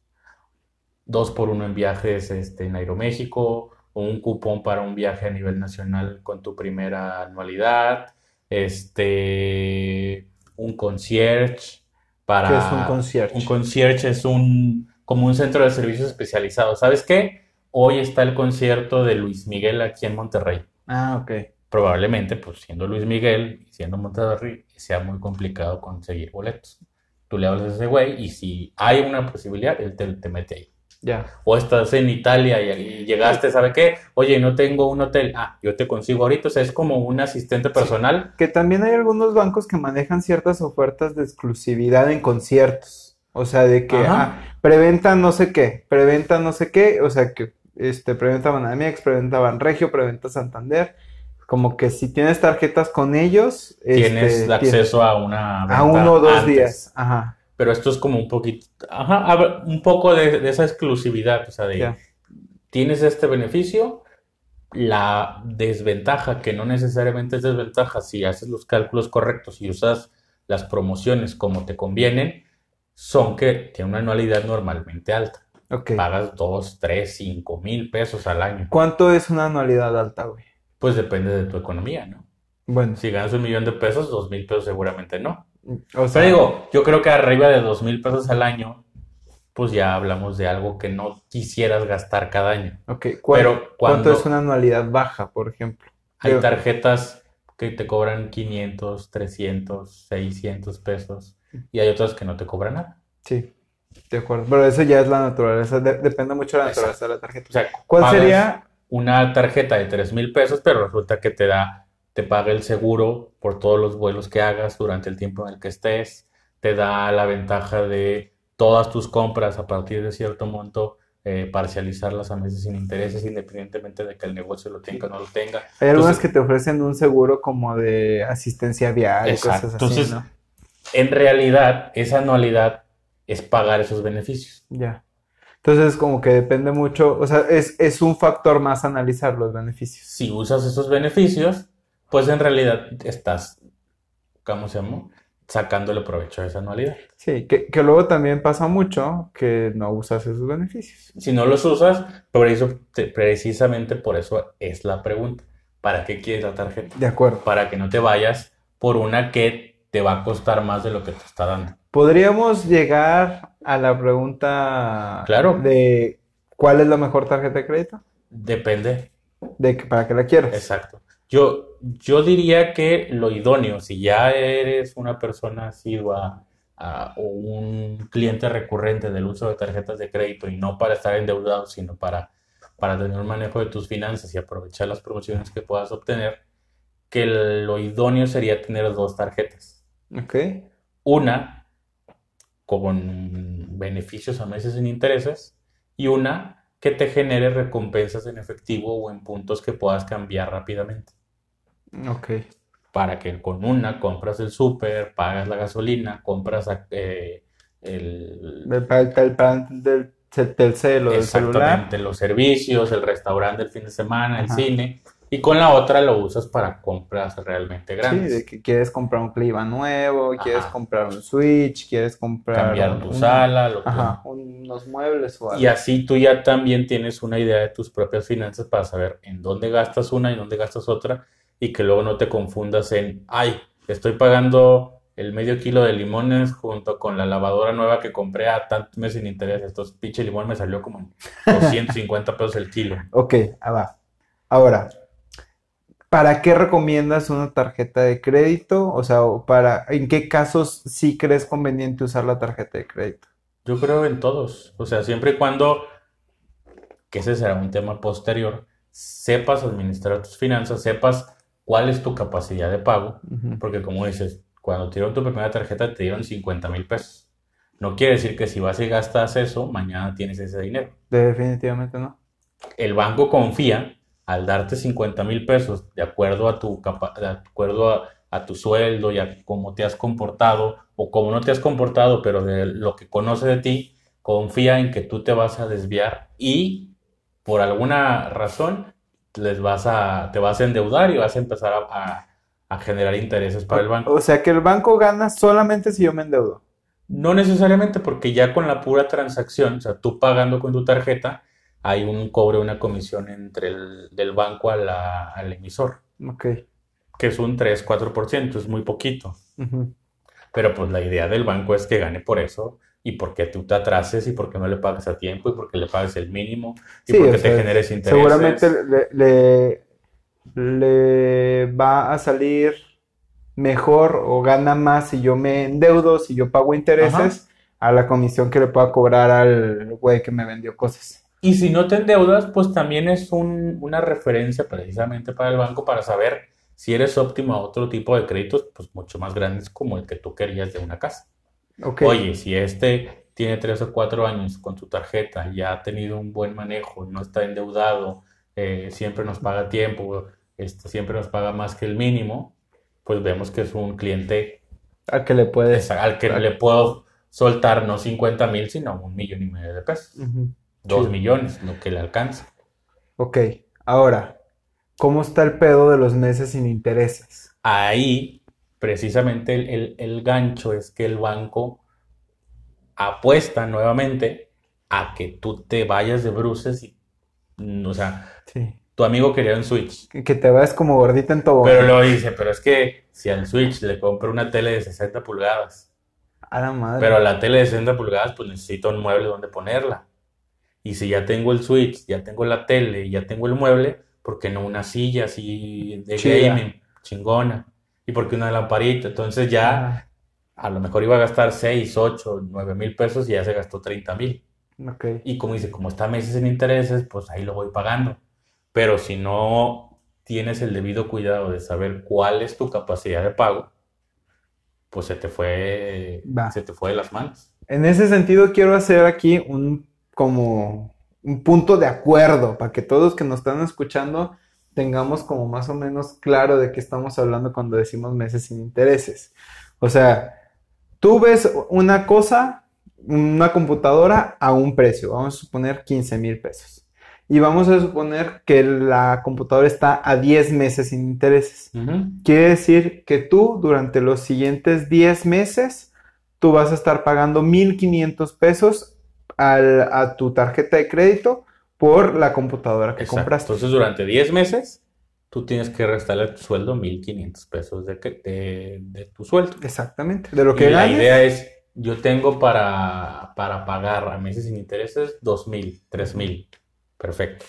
[SPEAKER 2] Dos por uno en viajes este, en Aeroméxico, o un cupón para un viaje a nivel nacional con tu primera anualidad, este, un concierge para...
[SPEAKER 1] ¿Qué es un concierge?
[SPEAKER 2] Un concierge es un, como un centro de servicios especializado. ¿Sabes qué? Hoy está el concierto de Luis Miguel aquí en Monterrey.
[SPEAKER 1] Ah, ok.
[SPEAKER 2] Probablemente, pues siendo Luis Miguel y siendo Monterrey, sea muy complicado conseguir boletos. Tú le hablas a ese güey y si hay una posibilidad, él te, te mete ahí.
[SPEAKER 1] Ya.
[SPEAKER 2] O estás en Italia y, y llegaste, ¿sabe qué? Oye, no tengo un hotel. Ah, yo te consigo ahorita. O sea, es como un asistente personal.
[SPEAKER 1] Que también hay algunos bancos que manejan ciertas ofertas de exclusividad en conciertos. O sea, de que,
[SPEAKER 2] Ajá.
[SPEAKER 1] ah, preventa no sé qué, preventa no sé qué, o sea, que este, preventa Banamex, preventa Banregio, preventa Santander. Como que si tienes tarjetas con ellos,
[SPEAKER 2] Tienes
[SPEAKER 1] este,
[SPEAKER 2] acceso a una
[SPEAKER 1] a uno o
[SPEAKER 2] venta
[SPEAKER 1] dos
[SPEAKER 2] antes.
[SPEAKER 1] días. Ajá.
[SPEAKER 2] Pero esto es como un poquito, ajá, a ver, un poco de, de esa exclusividad, o sea, de
[SPEAKER 1] Ya.
[SPEAKER 2] tienes este beneficio, la desventaja, que no necesariamente es desventaja, si haces los cálculos correctos y usas las promociones como te convienen, son que tiene una anualidad normalmente alta.
[SPEAKER 1] Ok.
[SPEAKER 2] Pagas 2, 3, 5 mil pesos al año.
[SPEAKER 1] ¿Cuánto es una anualidad alta, güey?
[SPEAKER 2] Pues depende de tu economía, ¿no?
[SPEAKER 1] Bueno,
[SPEAKER 2] Si ganas un millón de pesos, dos mil pesos seguramente no.
[SPEAKER 1] o
[SPEAKER 2] Pero
[SPEAKER 1] sea,
[SPEAKER 2] digo, yo creo que arriba de dos mil pesos al año, pues ya hablamos de algo que no quisieras gastar cada año.
[SPEAKER 1] ok, ¿cuál-
[SPEAKER 2] Pero
[SPEAKER 1] ¿cuánto
[SPEAKER 2] cuando
[SPEAKER 1] es una anualidad baja, por ejemplo?
[SPEAKER 2] hay
[SPEAKER 1] Digo,
[SPEAKER 2] tarjetas que te cobran 500, 300, 600 pesos y hay otras que no te cobran nada.
[SPEAKER 1] Sí, de acuerdo. Pero eso ya es la naturaleza, de- depende mucho de la naturaleza de la tarjeta.
[SPEAKER 2] O sea,
[SPEAKER 1] ¿Cuál
[SPEAKER 2] pagas
[SPEAKER 1] sería?
[SPEAKER 2] una tarjeta de 3 mil pesos, pero resulta que te da, te paga el seguro por todos los vuelos que hagas durante el tiempo en el que estés, te da la ventaja de todas tus compras a partir de cierto monto, eh, parcializarlas a meses sin intereses, independientemente de que el negocio lo tenga o no lo tenga.
[SPEAKER 1] Hay algunas
[SPEAKER 2] Entonces-
[SPEAKER 1] que te ofrecen un seguro como de asistencia vial y
[SPEAKER 2] Exacto.
[SPEAKER 1] cosas así,
[SPEAKER 2] Entonces-
[SPEAKER 1] ¿no?
[SPEAKER 2] En realidad, esa anualidad es pagar esos beneficios.
[SPEAKER 1] Ya. Entonces, como que depende mucho, o sea, es, es un factor más analizar los beneficios.
[SPEAKER 2] Si usas esos beneficios, pues en realidad estás, ¿cómo se llama? Sacándole provecho a esa anualidad.
[SPEAKER 1] Sí, que, que luego también pasa mucho que no usas esos beneficios.
[SPEAKER 2] Si no los usas, por eso, te- precisamente por eso es la pregunta. ¿Para qué quieres la tarjeta?
[SPEAKER 1] De acuerdo.
[SPEAKER 2] Para que no te vayas por una que te va a costar más de lo que te está dando.
[SPEAKER 1] Podríamos llegar a la pregunta
[SPEAKER 2] Claro.
[SPEAKER 1] de cuál es la mejor tarjeta de crédito,
[SPEAKER 2] Depende.
[SPEAKER 1] de que, para qué la quieres.
[SPEAKER 2] Exacto. Yo, yo diría que lo idóneo, si ya eres una persona asidua a- o un cliente recurrente del uso de tarjetas de crédito y no para estar endeudado, sino para, para tener un manejo de tus finanzas y aprovechar las promociones que puedas obtener, que lo idóneo sería tener dos tarjetas.
[SPEAKER 1] Ok,
[SPEAKER 2] Una con beneficios a meses sin intereses y una que te genere recompensas en efectivo o en puntos que puedas cambiar rápidamente
[SPEAKER 1] ok.
[SPEAKER 2] para que con una compras el súper, pagas la gasolina, compras eh, el...
[SPEAKER 1] Del pa- del plan del, ce- del cel o del celular.
[SPEAKER 2] Exactamente, los servicios, el restaurante del fin de semana, el
[SPEAKER 1] Ajá.
[SPEAKER 2] cine, y con la otra lo usas para compras realmente
[SPEAKER 1] Sí,
[SPEAKER 2] grandes.
[SPEAKER 1] de que quieres comprar un clima nuevo, quieres
[SPEAKER 2] Ajá.
[SPEAKER 1] comprar un Switch, quieres comprar
[SPEAKER 2] Cambiar
[SPEAKER 1] un-
[SPEAKER 2] tu
[SPEAKER 1] un-
[SPEAKER 2] sala, lo que-
[SPEAKER 1] ajá, unos muebles o
[SPEAKER 2] Y
[SPEAKER 1] algo.
[SPEAKER 2] así tú ya también tienes una idea de tus propias finanzas para saber en dónde gastas una y dónde gastas otra y que luego no te confundas en, ay, estoy pagando el medio kilo de limones junto con la lavadora nueva que compré a tantos meses sin interés. Estos pinche limón me salió como en 250 pesos el kilo.
[SPEAKER 1] Ok, ah, va. Ahora, ¿para qué recomiendas una tarjeta de crédito? O sea, o para, ¿en qué casos sí crees conveniente usar la tarjeta de crédito?
[SPEAKER 2] Yo creo en todos. O sea, siempre y cuando, que ese será un tema posterior, sepas administrar tus finanzas, sepas cuál es tu capacidad de pago.
[SPEAKER 1] Ujú.
[SPEAKER 2] Porque como dices, cuando te dieron tu primera tarjeta te dieron 50 mil pesos. No quiere decir que si vas y gastas eso, mañana tienes ese dinero.
[SPEAKER 1] Definitivamente no.
[SPEAKER 2] El banco confía al darte 50 mil pesos de acuerdo a tu capa- de acuerdo a, a tu sueldo y a cómo te has comportado o cómo no te has comportado, pero de lo que conoce de ti, confía en que tú te vas a desviar y por alguna razón les vas a, te vas a endeudar y vas a empezar a, a- a generar intereses para el banco.
[SPEAKER 1] O sea, que el banco gana solamente si yo me endeudo.
[SPEAKER 2] No necesariamente, porque ya con la pura transacción, o sea, tú pagando con tu tarjeta, hay un cobre, una comisión entre el del banco a la- al emisor,
[SPEAKER 1] Ok.
[SPEAKER 2] que es un 3-4%, es muy poquito.
[SPEAKER 1] Ujú.
[SPEAKER 2] Pero pues la idea del banco es que gane por eso, y porque tú te atrases, y porque no le pagues a tiempo, y porque le pagues el mínimo, y
[SPEAKER 1] Sí,
[SPEAKER 2] porque
[SPEAKER 1] o
[SPEAKER 2] te
[SPEAKER 1] sea,
[SPEAKER 2] generes
[SPEAKER 1] Seguramente
[SPEAKER 2] intereses.
[SPEAKER 1] le, le- le va a salir mejor o gana más si yo me endeudo, si yo pago intereses, a la comisión que le pueda cobrar al güey que me vendió cosas.
[SPEAKER 2] Y si no te endeudas, pues también es un- una referencia precisamente para el banco para saber si eres óptimo a otro tipo de créditos, pues mucho más grandes como el que tú querías de una casa.
[SPEAKER 1] Ok.
[SPEAKER 2] Oye, si este tiene tres o cuatro años con tu tarjeta, ya ha tenido un buen manejo, no está endeudado, eh, siempre nos paga a tiempo, este, siempre nos paga más que el mínimo, pues vemos que es un cliente
[SPEAKER 1] Al que le puedes.
[SPEAKER 2] es al que
[SPEAKER 1] claro.
[SPEAKER 2] le puedo soltar no 50 mil, sino un millón y medio de pesos,
[SPEAKER 1] Ujú. Mm,
[SPEAKER 2] dos
[SPEAKER 1] Chido.
[SPEAKER 2] millones, lo que le alcanza.
[SPEAKER 1] Ok. Ahora, ¿cómo está el pedo de los meses sin intereses?
[SPEAKER 2] Ahí, precisamente, el, el- el gancho es que el banco apuesta nuevamente a que tú te vayas de bruces y, mm, o sea,
[SPEAKER 1] Sí.
[SPEAKER 2] tu amigo quería un Switch,
[SPEAKER 1] Que, que te vas como gordita en tobogán.
[SPEAKER 2] pero lo dice, pero es que si al Switch le compro una tele de 60 pulgadas,
[SPEAKER 1] A la madre.
[SPEAKER 2] pero a la tele de 60 pulgadas, pues necesito un mueble donde ponerla. Y si ya tengo el Switch, ya tengo la tele, ya tengo el mueble, ¿por qué no una silla así de
[SPEAKER 1] Chida.
[SPEAKER 2] gaming chingona? ¿Y por qué una lamparita? Entonces ya...
[SPEAKER 1] Ajá.
[SPEAKER 2] A lo mejor iba a gastar 6, 8, 9 mil pesos y ya se gastó 30 mil.
[SPEAKER 1] Ok.
[SPEAKER 2] Y como dice, como está meses en intereses, pues ahí lo voy pagando. Pero si no tienes el debido cuidado de saber cuál es tu capacidad de pago, pues se te fue,
[SPEAKER 1] Va.
[SPEAKER 2] se te fue de las manos.
[SPEAKER 1] En ese sentido, quiero hacer aquí un como un punto de acuerdo para que todos que nos están escuchando tengamos como más o menos claro de qué estamos hablando cuando decimos meses sin intereses. O sea, tú ves una cosa, una computadora a un precio, vamos a suponer 15 mil pesos. Y vamos a suponer que la computadora está a 10 meses sin intereses.
[SPEAKER 2] Ujú.
[SPEAKER 1] Quiere decir que tú durante los siguientes 10 meses, tú vas a estar pagando 1.500 pesos al- a tu tarjeta de crédito por la computadora que
[SPEAKER 2] Exacto.
[SPEAKER 1] compraste.
[SPEAKER 2] Entonces, durante 10 meses tú tienes que restarle a tu sueldo 1.500 pesos de, que- de, de tu sueldo.
[SPEAKER 1] Exactamente. De lo
[SPEAKER 2] Y
[SPEAKER 1] que
[SPEAKER 2] la
[SPEAKER 1] ganes.
[SPEAKER 2] idea es, yo tengo para, para pagar a meses sin intereses 2.000, 3.000. Perfecto.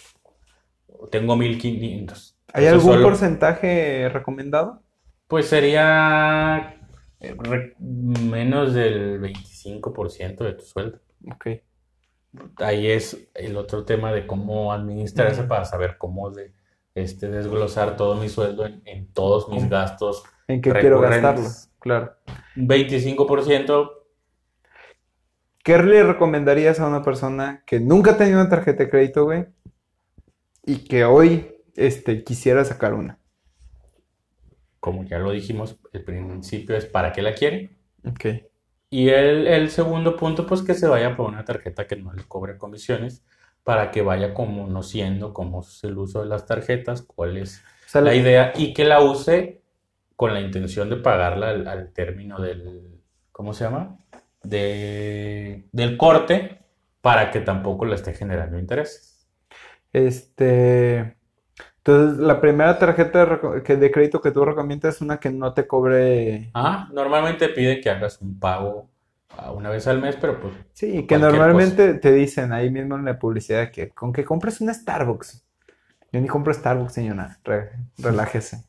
[SPEAKER 2] Tengo 1.500.
[SPEAKER 1] ¿Hay
[SPEAKER 2] Eso
[SPEAKER 1] algún
[SPEAKER 2] solo-
[SPEAKER 1] porcentaje recomendado?
[SPEAKER 2] Pues sería eh, re- menos del 25% de tu sueldo.
[SPEAKER 1] Ok.
[SPEAKER 2] Ahí es el otro tema de cómo administrarse
[SPEAKER 1] Ujú.
[SPEAKER 2] para saber cómo de, este, desglosar todo mi sueldo en, en todos mis
[SPEAKER 1] ¿Cómo?
[SPEAKER 2] gastos.
[SPEAKER 1] ¿En qué quiero
[SPEAKER 2] Recurrentes.
[SPEAKER 1] gastarlo? Claro.
[SPEAKER 2] Un 25%,
[SPEAKER 1] ¿Qué le recomendarías a una persona que nunca ha tenido una tarjeta de crédito, güey? Y que hoy, este, quisiera sacar una.
[SPEAKER 2] como ya lo dijimos, el principio es para qué la quiere.
[SPEAKER 1] Ok.
[SPEAKER 2] Y el, el segundo punto, pues que se vaya por una tarjeta que no le cobre comisiones para que vaya conociendo cómo es el uso de las tarjetas, cuál es
[SPEAKER 1] O sea,
[SPEAKER 2] la idea y que la use con la intención de pagarla al, al término del, ¿cómo se llama? De- del corte para que tampoco le esté generando intereses.
[SPEAKER 1] Este, entonces la primera tarjeta de, reco- que- de crédito que tú recomiendas es una que no te cobre,
[SPEAKER 2] Ah, normalmente pide que hagas un pago ah, una vez al mes, pero pues
[SPEAKER 1] sí, que
[SPEAKER 2] Cualquier
[SPEAKER 1] normalmente te dicen ahí mismo en la publicidad que con que compres una Starbucks. Yo ni compro Starbucks, señora, re- relájese,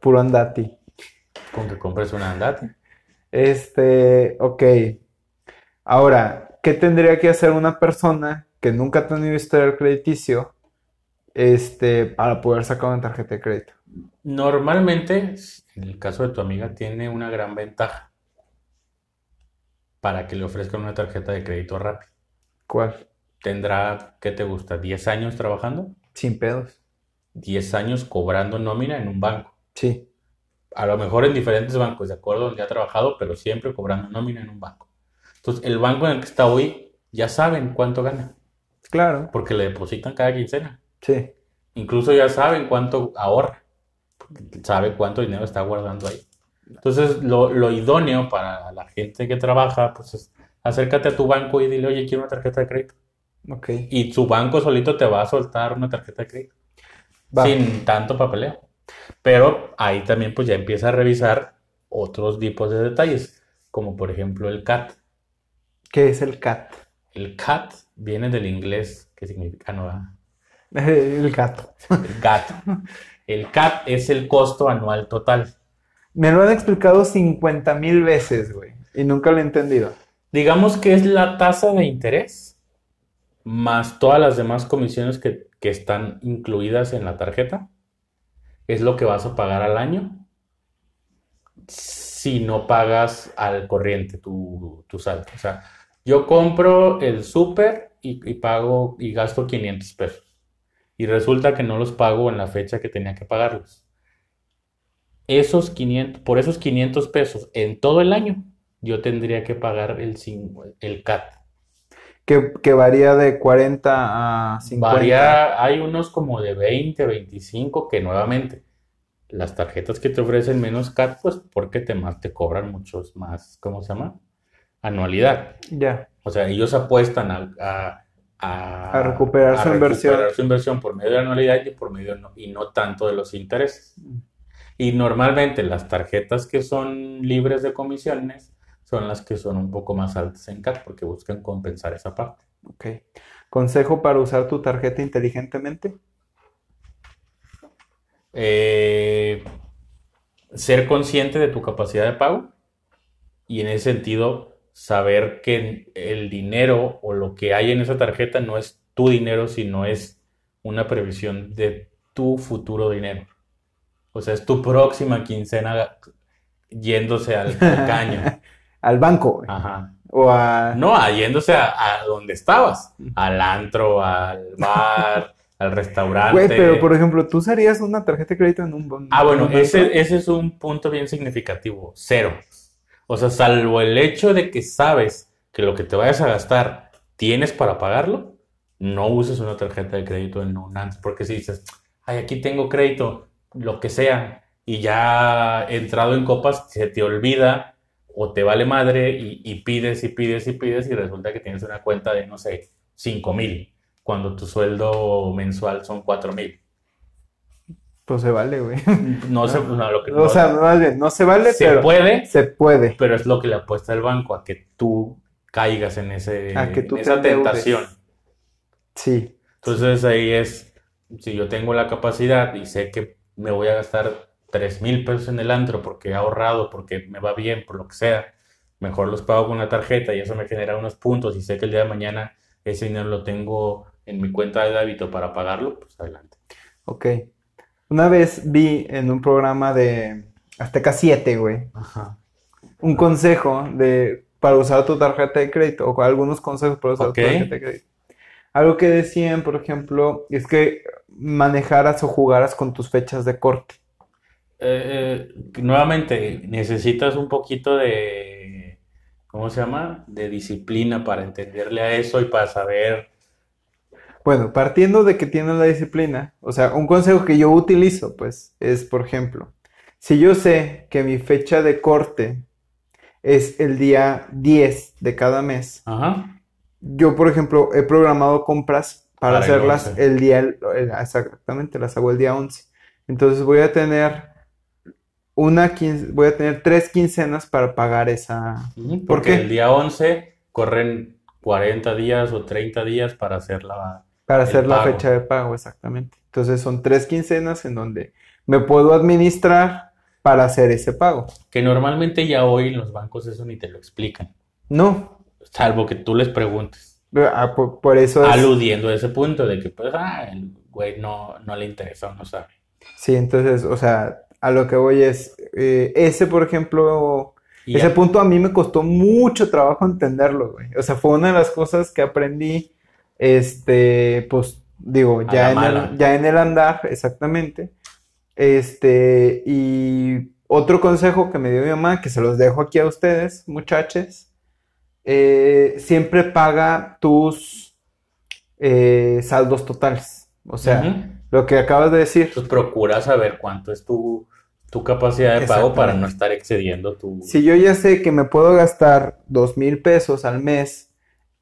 [SPEAKER 1] puro andati.
[SPEAKER 2] con que compres un andate.
[SPEAKER 1] Este, ok. Ahora, ¿qué tendría que hacer una persona que nunca ha tenido historial crediticio, este, para poder sacar una tarjeta de crédito?
[SPEAKER 2] Normalmente, en el caso de tu amiga, tiene una gran ventaja para que le ofrezcan una tarjeta de crédito rápido.
[SPEAKER 1] ¿Cuál?
[SPEAKER 2] Tendrá, ¿qué te gusta? ¿10 años trabajando?
[SPEAKER 1] Sin pedos.
[SPEAKER 2] 10 años cobrando nómina en un banco.
[SPEAKER 1] Sí.
[SPEAKER 2] A lo mejor en diferentes bancos, de acuerdo donde ha trabajado, pero siempre cobrando nómina en un banco. Entonces, el banco en el que está hoy ya saben cuánto gana,
[SPEAKER 1] Claro,
[SPEAKER 2] porque le depositan cada quincena.
[SPEAKER 1] sí.
[SPEAKER 2] Incluso ya saben cuánto ahorra, porque sabe cuánto dinero está guardando ahí. Entonces, lo, lo idóneo para la gente que trabaja, pues es acércate a tu banco y dile, oye, quiero una tarjeta de crédito.
[SPEAKER 1] Ok.
[SPEAKER 2] Y su banco solito te va a soltar una tarjeta de crédito,
[SPEAKER 1] Va.
[SPEAKER 2] sin tanto papeleo. Pero ahí también pues ya empieza a revisar otros tipos de detalles, como por ejemplo el CAT.
[SPEAKER 1] ¿Qué es el cat?
[SPEAKER 2] El CAT viene del inglés, que significa no, ¿verdad?
[SPEAKER 1] El gato.
[SPEAKER 2] el gato. El CAT es el costo anual total.
[SPEAKER 1] Me lo han explicado 50 mil veces, güey. Y nunca lo he entendido.
[SPEAKER 2] Digamos que es la tasa de interés más todas las demás comisiones que, que están incluidas en la tarjeta. Es lo que vas a pagar al año si no pagas al corriente tu, tu saldo. O sea, yo compro el súper y, y pago y gasto 500 pesos. Y resulta que no los pago en la fecha que tenía que pagarlos. Esos 500, por esos 500 pesos en todo el año, yo tendría que pagar el, cinco- el CAT.
[SPEAKER 1] Que, que varía de 40 a 50.
[SPEAKER 2] Varía, hay unos como de 20, 25 que nuevamente las tarjetas que te ofrecen menos CAT, pues porque te más te cobran muchos más, ¿cómo se llama? Anualidad.
[SPEAKER 1] Ya.
[SPEAKER 2] O sea, ellos apuestan a, a, a-
[SPEAKER 1] A recuperar
[SPEAKER 2] a
[SPEAKER 1] su inversión.
[SPEAKER 2] recuperar su inversión por medio de anualidad y por medio no- y no tanto de los intereses. Y normalmente las tarjetas que son libres de comisiones son las que son un poco más altas en CAT porque buscan compensar esa parte.
[SPEAKER 1] Ok. Consejo para usar tu tarjeta inteligentemente.
[SPEAKER 2] Eh, ser consciente de tu capacidad de pago y en ese sentido saber que el dinero o lo que hay en esa tarjeta no es tu dinero, sino es una previsión de tu futuro dinero. O sea, es tu próxima quincena yéndose al, al caño.
[SPEAKER 1] Al banco, güey.
[SPEAKER 2] Ajá.
[SPEAKER 1] O a.
[SPEAKER 2] No, a yéndose a, a donde estabas, al antro, al bar, al restaurante.
[SPEAKER 1] Güey, pero por ejemplo, tú usarías una tarjeta de crédito en un.
[SPEAKER 2] Ah,
[SPEAKER 1] en
[SPEAKER 2] bueno,
[SPEAKER 1] un banco?
[SPEAKER 2] ese, ese es un punto bien significativo, cero. O sea, salvo el hecho de que sabes que lo que te vayas a gastar tienes para pagarlo, no uses una tarjeta de crédito en un antro, porque si dices, ay, aquí tengo crédito, lo que sea, y ya entrado en copas, se te olvida o te vale madre y, y pides y pides y pides y resulta que tienes una cuenta de, no sé, 5 mil, cuando tu sueldo mensual son 4 mil.
[SPEAKER 1] Pues se vale, güey.
[SPEAKER 2] No sé, no, lo que
[SPEAKER 1] O sea, más bien, no se vale,
[SPEAKER 2] se
[SPEAKER 1] pero
[SPEAKER 2] puede,
[SPEAKER 1] se puede.
[SPEAKER 2] pero es lo que le apuesta el banco, a que tú caigas en ese,
[SPEAKER 1] A que tú te
[SPEAKER 2] en esa
[SPEAKER 1] endeudes.
[SPEAKER 2] tentación.
[SPEAKER 1] Sí.
[SPEAKER 2] Entonces ahí es, si yo tengo la capacidad y sé que me voy a gastar 3 mil pesos en el antro porque he ahorrado, porque me va bien, por lo que sea, mejor los pago con una tarjeta y eso me genera unos puntos y sé que el día de mañana ese dinero lo tengo en mi cuenta de hábito para pagarlo, pues adelante.
[SPEAKER 1] Ok. Una vez vi en un programa de Azteca 7, güey,
[SPEAKER 2] Ajá.
[SPEAKER 1] un consejo de para usar tu tarjeta de crédito, o algunos consejos para usar
[SPEAKER 2] Ok.
[SPEAKER 1] tu tarjeta de crédito. Algo que decían, por ejemplo, es que manejaras o jugaras con tus fechas de corte.
[SPEAKER 2] Eh, eh, nuevamente, necesitas un poquito de, ¿cómo se llama? De disciplina para entenderle a eso y para saber,
[SPEAKER 1] Bueno, partiendo de que tienes la disciplina, o sea, un consejo que yo utilizo, pues, es, por ejemplo, si yo sé que mi fecha de corte es el día 10 de cada mes,
[SPEAKER 2] ajá,
[SPEAKER 1] yo, por ejemplo, he programado compras para
[SPEAKER 2] Para el
[SPEAKER 1] hacerlas
[SPEAKER 2] 11.
[SPEAKER 1] el día, el- exactamente, las hago el día 11. Entonces voy a tener una quince- voy a tener tres quincenas para pagar esa.
[SPEAKER 2] Ujú,
[SPEAKER 1] ¿Por
[SPEAKER 2] porque
[SPEAKER 1] qué?
[SPEAKER 2] el día 11 corren 40 días o 30 días para hacer la...
[SPEAKER 1] Para
[SPEAKER 2] El
[SPEAKER 1] hacer la
[SPEAKER 2] pago.
[SPEAKER 1] fecha de pago, exactamente. Entonces son tres quincenas en donde me puedo administrar para hacer ese pago.
[SPEAKER 2] Que normalmente ya hoy los bancos eso ni te lo explican,
[SPEAKER 1] No,
[SPEAKER 2] salvo que tú les preguntes,
[SPEAKER 1] ah, por, por eso es.
[SPEAKER 2] aludiendo a ese punto de que pues, ah, el güey no, no le interesa o no sabe.
[SPEAKER 1] Sí, entonces, o sea, a lo que voy es, eh, ese, por ejemplo,
[SPEAKER 2] Y
[SPEAKER 1] ese
[SPEAKER 2] ya-
[SPEAKER 1] punto a mí me costó mucho trabajo entenderlo, güey. O sea, fue una de las cosas que aprendí, este, pues, digo,
[SPEAKER 2] la
[SPEAKER 1] ya en el,
[SPEAKER 2] mala.
[SPEAKER 1] ya en el andar, exactamente. Este, y otro consejo que me dio mi mamá, que se los dejo aquí a ustedes, muchachos, eh, siempre paga tus eh, saldos totales. O sea,
[SPEAKER 2] Ujú.
[SPEAKER 1] lo que acabas de decir.
[SPEAKER 2] Entonces procura pues, saber cuánto es tu, tu capacidad de pago para no estar excediendo tu...
[SPEAKER 1] Si yo ya sé que me puedo gastar dos mil pesos al mes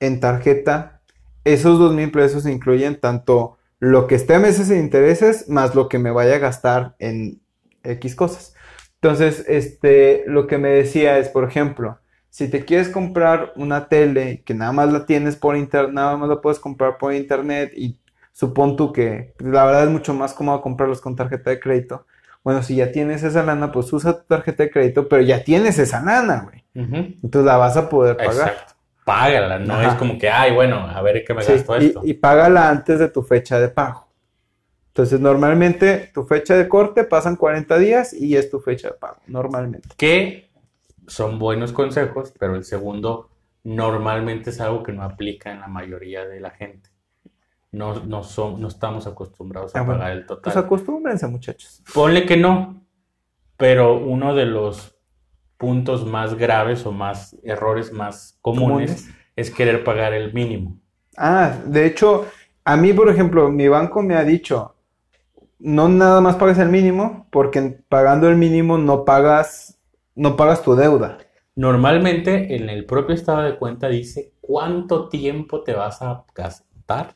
[SPEAKER 1] en tarjeta, esos dos mil pesos incluyen tanto lo que esté a meses en intereses más lo que me vaya a gastar en X cosas. Entonces, este, lo que me decía es, por ejemplo, si te quieres comprar una tele que nada más la tienes por internet, nada más la puedes comprar por internet y supón tú que la verdad es mucho más cómodo comprarlos con tarjeta de crédito. Bueno, si ya tienes esa lana, pues usa tu tarjeta de crédito, pero ya tienes esa lana, güey.
[SPEAKER 2] Ujú.
[SPEAKER 1] Entonces la vas a poder pagar.
[SPEAKER 2] Exacto. Págala, no
[SPEAKER 1] Ajá.
[SPEAKER 2] es como que, ay, bueno, a ver qué me
[SPEAKER 1] Sí,
[SPEAKER 2] gasto
[SPEAKER 1] y-
[SPEAKER 2] esto.
[SPEAKER 1] y, págala antes de tu fecha de pago. Entonces, normalmente tu fecha de corte pasan 40 días y es tu fecha de pago, normalmente.
[SPEAKER 2] Que son buenos consejos, pero el segundo normalmente es algo que no aplica en la mayoría de la gente. No, no, son, no estamos acostumbrados a
[SPEAKER 1] Ah, bueno.
[SPEAKER 2] pagar el
[SPEAKER 1] Pues
[SPEAKER 2] total.
[SPEAKER 1] acostúmbrense, muchachos.
[SPEAKER 2] Ponle que no, pero uno de los puntos más graves o más errores más comunes
[SPEAKER 1] Comunes.
[SPEAKER 2] es querer pagar el mínimo.
[SPEAKER 1] Ah, de hecho, a mí, por ejemplo, mi banco me ha dicho, no nada más pagues el mínimo, porque pagando el mínimo no pagas, no pagas tu deuda.
[SPEAKER 2] Normalmente en el propio estado de cuenta dice cuánto tiempo te vas a gastar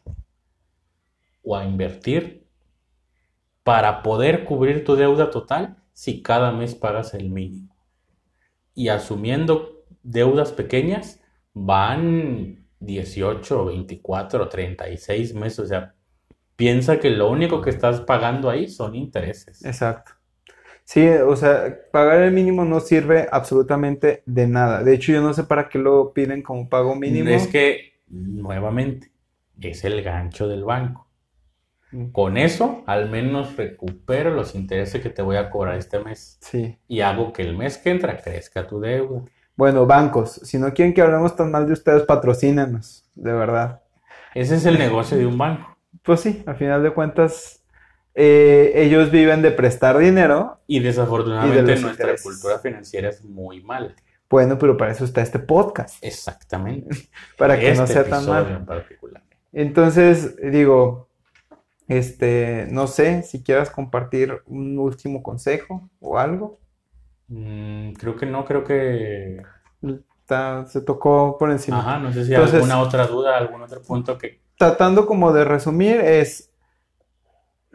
[SPEAKER 2] o a invertir para poder cubrir tu deuda total si cada mes pagas el mínimo. Y asumiendo deudas pequeñas, van 18, 24, 36 meses. O sea, piensa que lo único que estás pagando ahí son intereses.
[SPEAKER 1] Exacto. Sí, o sea, pagar el mínimo no sirve absolutamente de nada. De hecho, yo no sé para qué lo piden como pago mínimo.
[SPEAKER 2] Es que, nuevamente, es el gancho del banco.
[SPEAKER 1] Mm,
[SPEAKER 2] Con eso, al menos recupero los intereses que te voy a cobrar este mes
[SPEAKER 1] Sí.
[SPEAKER 2] y hago que el mes que entra crezca tu deuda.
[SPEAKER 1] Bueno, bancos, si no quieren que hablemos tan mal de ustedes, patrocínanos, de verdad.
[SPEAKER 2] Ese es el negocio de un banco.
[SPEAKER 1] Pues sí, al final de cuentas, eh, ellos viven de prestar dinero.
[SPEAKER 2] Y
[SPEAKER 1] Y de
[SPEAKER 2] desafortunadamente
[SPEAKER 1] los
[SPEAKER 2] nuestra
[SPEAKER 1] intereses.
[SPEAKER 2] cultura financiera es muy mala.
[SPEAKER 1] Bueno, pero para eso está este podcast,
[SPEAKER 2] Exactamente.
[SPEAKER 1] para que no
[SPEAKER 2] Este
[SPEAKER 1] sea tan
[SPEAKER 2] episodio
[SPEAKER 1] mal.
[SPEAKER 2] en particular.
[SPEAKER 1] Entonces, digo, este, no sé si quieras compartir un último consejo o algo.
[SPEAKER 2] Mm, creo que no, creo que...
[SPEAKER 1] Ta- se tocó por encima.
[SPEAKER 2] Ajá, no sé si
[SPEAKER 1] Entonces-
[SPEAKER 2] alguna otra duda, algún otro punto que...
[SPEAKER 1] Tratando como de resumir es,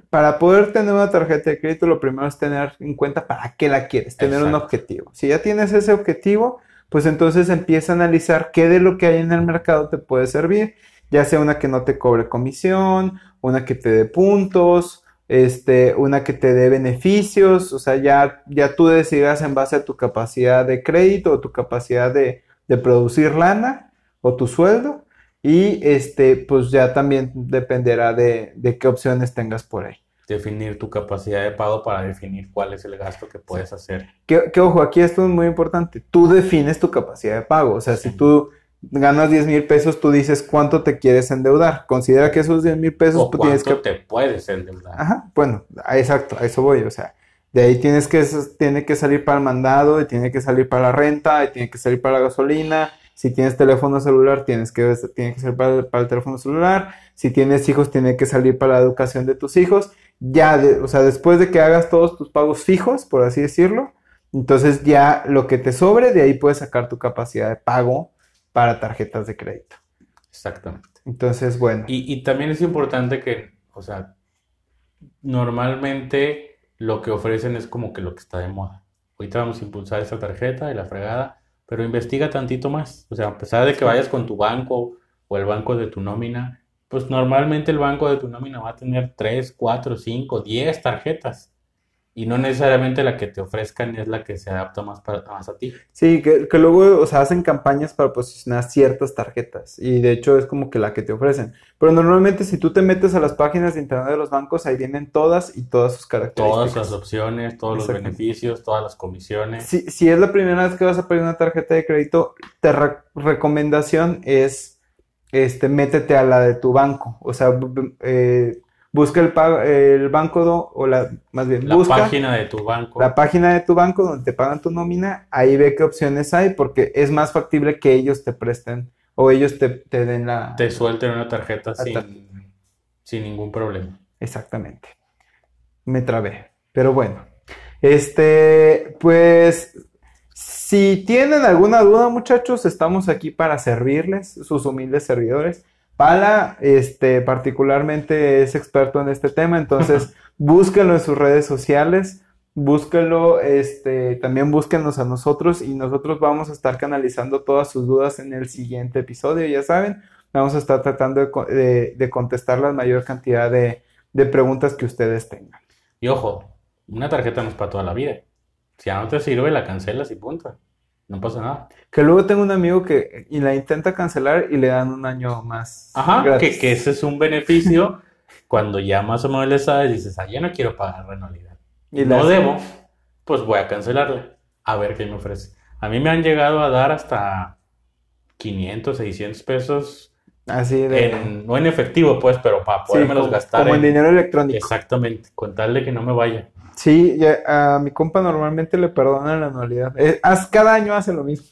[SPEAKER 1] Para poder tener una tarjeta de crédito, lo primero es tener en cuenta para qué la quieres, tener un
[SPEAKER 2] Exacto.
[SPEAKER 1] objetivo. Si ya tienes ese objetivo, pues entonces empieza a analizar qué de lo que hay en el mercado te puede servir, ya sea una que no te cobre comisión, una que te dé puntos, este, una que te dé beneficios, o sea, ya, ya tú decidirás en base a tu capacidad de crédito o tu capacidad de, de producir lana o tu sueldo. Y este, pues ya también dependerá de, de qué opciones tengas por ahí.
[SPEAKER 2] Definir tu capacidad de pago para definir cuál es el gasto que puedes hacer.
[SPEAKER 1] Que, que, ojo, aquí esto es muy importante. Tú defines tu capacidad de pago. O sea, si tú ganas 10 mil pesos, tú dices cuánto te quieres endeudar. Considera que esos 10 mil pesos
[SPEAKER 2] O
[SPEAKER 1] tú pues, tienes que.
[SPEAKER 2] cuánto te puedes endeudar.
[SPEAKER 1] Ajá, bueno, a- exacto, a eso voy. O sea, de ahí tienes que, tiene que salir para el mandado, y tiene que salir para la renta, y tiene que salir para la gasolina. Si tienes teléfono celular, tienes que, tiene que salir para, el- para el teléfono celular. Si tienes hijos, tiene que salir para la educación de tus hijos. Ya, de- o sea, después de que hagas todos tus pagos fijos, por así decirlo, entonces ya lo que te sobre, de ahí puedes sacar tu capacidad de pago para tarjetas de crédito.
[SPEAKER 2] Exactamente.
[SPEAKER 1] Entonces, bueno,
[SPEAKER 2] Y, y también es importante que, o sea, normalmente lo que ofrecen es como que lo que está de moda. Ahorita vamos a impulsar esta tarjeta y la fregada, pero investiga tantito más. O sea, a pesar de que vayas con tu banco o el banco de tu nómina, pues normalmente el banco de tu nómina va a tener 3, 4, 5, 10 tarjetas. Y no necesariamente la que te ofrezcan es la que se adapta más, para, más a ti.
[SPEAKER 1] Sí, que, que luego, o sea, hacen campañas para posicionar ciertas tarjetas y de hecho es como que la que te ofrecen. Pero normalmente si tú te metes a las páginas de internet de los bancos, ahí vienen todas y todas sus
[SPEAKER 2] Todas las
[SPEAKER 1] características.
[SPEAKER 2] opciones, todos los
[SPEAKER 1] Exactamente.
[SPEAKER 2] beneficios, todas las comisiones.
[SPEAKER 1] Si, si es la primera vez que vas a pedir una tarjeta de crédito, te re- recomendación es, este, métete a la de tu banco. O sea, bu- bu- eh, busca el, pa- el banco do- o la, más bien,
[SPEAKER 2] La
[SPEAKER 1] busca...
[SPEAKER 2] página de tu banco.
[SPEAKER 1] la página de tu banco donde te pagan tu nómina, ahí ve qué opciones hay, porque es más factible que ellos te presten o ellos te, te den la...
[SPEAKER 2] te suelten una tarjeta
[SPEAKER 1] La
[SPEAKER 2] sin, sin ningún problema.
[SPEAKER 1] Exactamente. Me trabé. Pero bueno. Este, pues, si tienen alguna duda, muchachos, estamos aquí para servirles, sus humildes servidores. Pala, este, particularmente es experto en este tema, entonces búsquenlo en sus redes sociales, búsquenlo, este, también búsquenos a nosotros y nosotros vamos a estar canalizando todas sus dudas en el siguiente episodio, ya saben, vamos a estar tratando de, co- de- de contestar la mayor cantidad de, de preguntas que ustedes tengan.
[SPEAKER 2] Y ojo, una tarjeta no es para toda la vida. Si ya no te sirve, la cancelas y punto. No pasa nada.
[SPEAKER 1] Que luego tengo un amigo que y la intenta cancelar y le dan un año más
[SPEAKER 2] Ajá, que,
[SPEAKER 1] gratis.
[SPEAKER 2] que ese es un beneficio cuando ya más o menos le sabes, dices, ah, ya no quiero pagar anualidad.
[SPEAKER 1] Y
[SPEAKER 2] no
[SPEAKER 1] las-
[SPEAKER 2] debo, pues voy a cancelarla. A ver qué me ofrece. A mí me han llegado a dar hasta 500, 600 pesos,
[SPEAKER 1] Así de...
[SPEAKER 2] en, no en efectivo, pues, pero para
[SPEAKER 1] sí,
[SPEAKER 2] podérmelos
[SPEAKER 1] como,
[SPEAKER 2] gastar
[SPEAKER 1] como en
[SPEAKER 2] en-
[SPEAKER 1] dinero electrónico.
[SPEAKER 2] Exactamente, con tal de que no me vaya.
[SPEAKER 1] Sí, ya- a mi compa normalmente le perdonan la anualidad. Eh, haz- cada año hace lo mismo.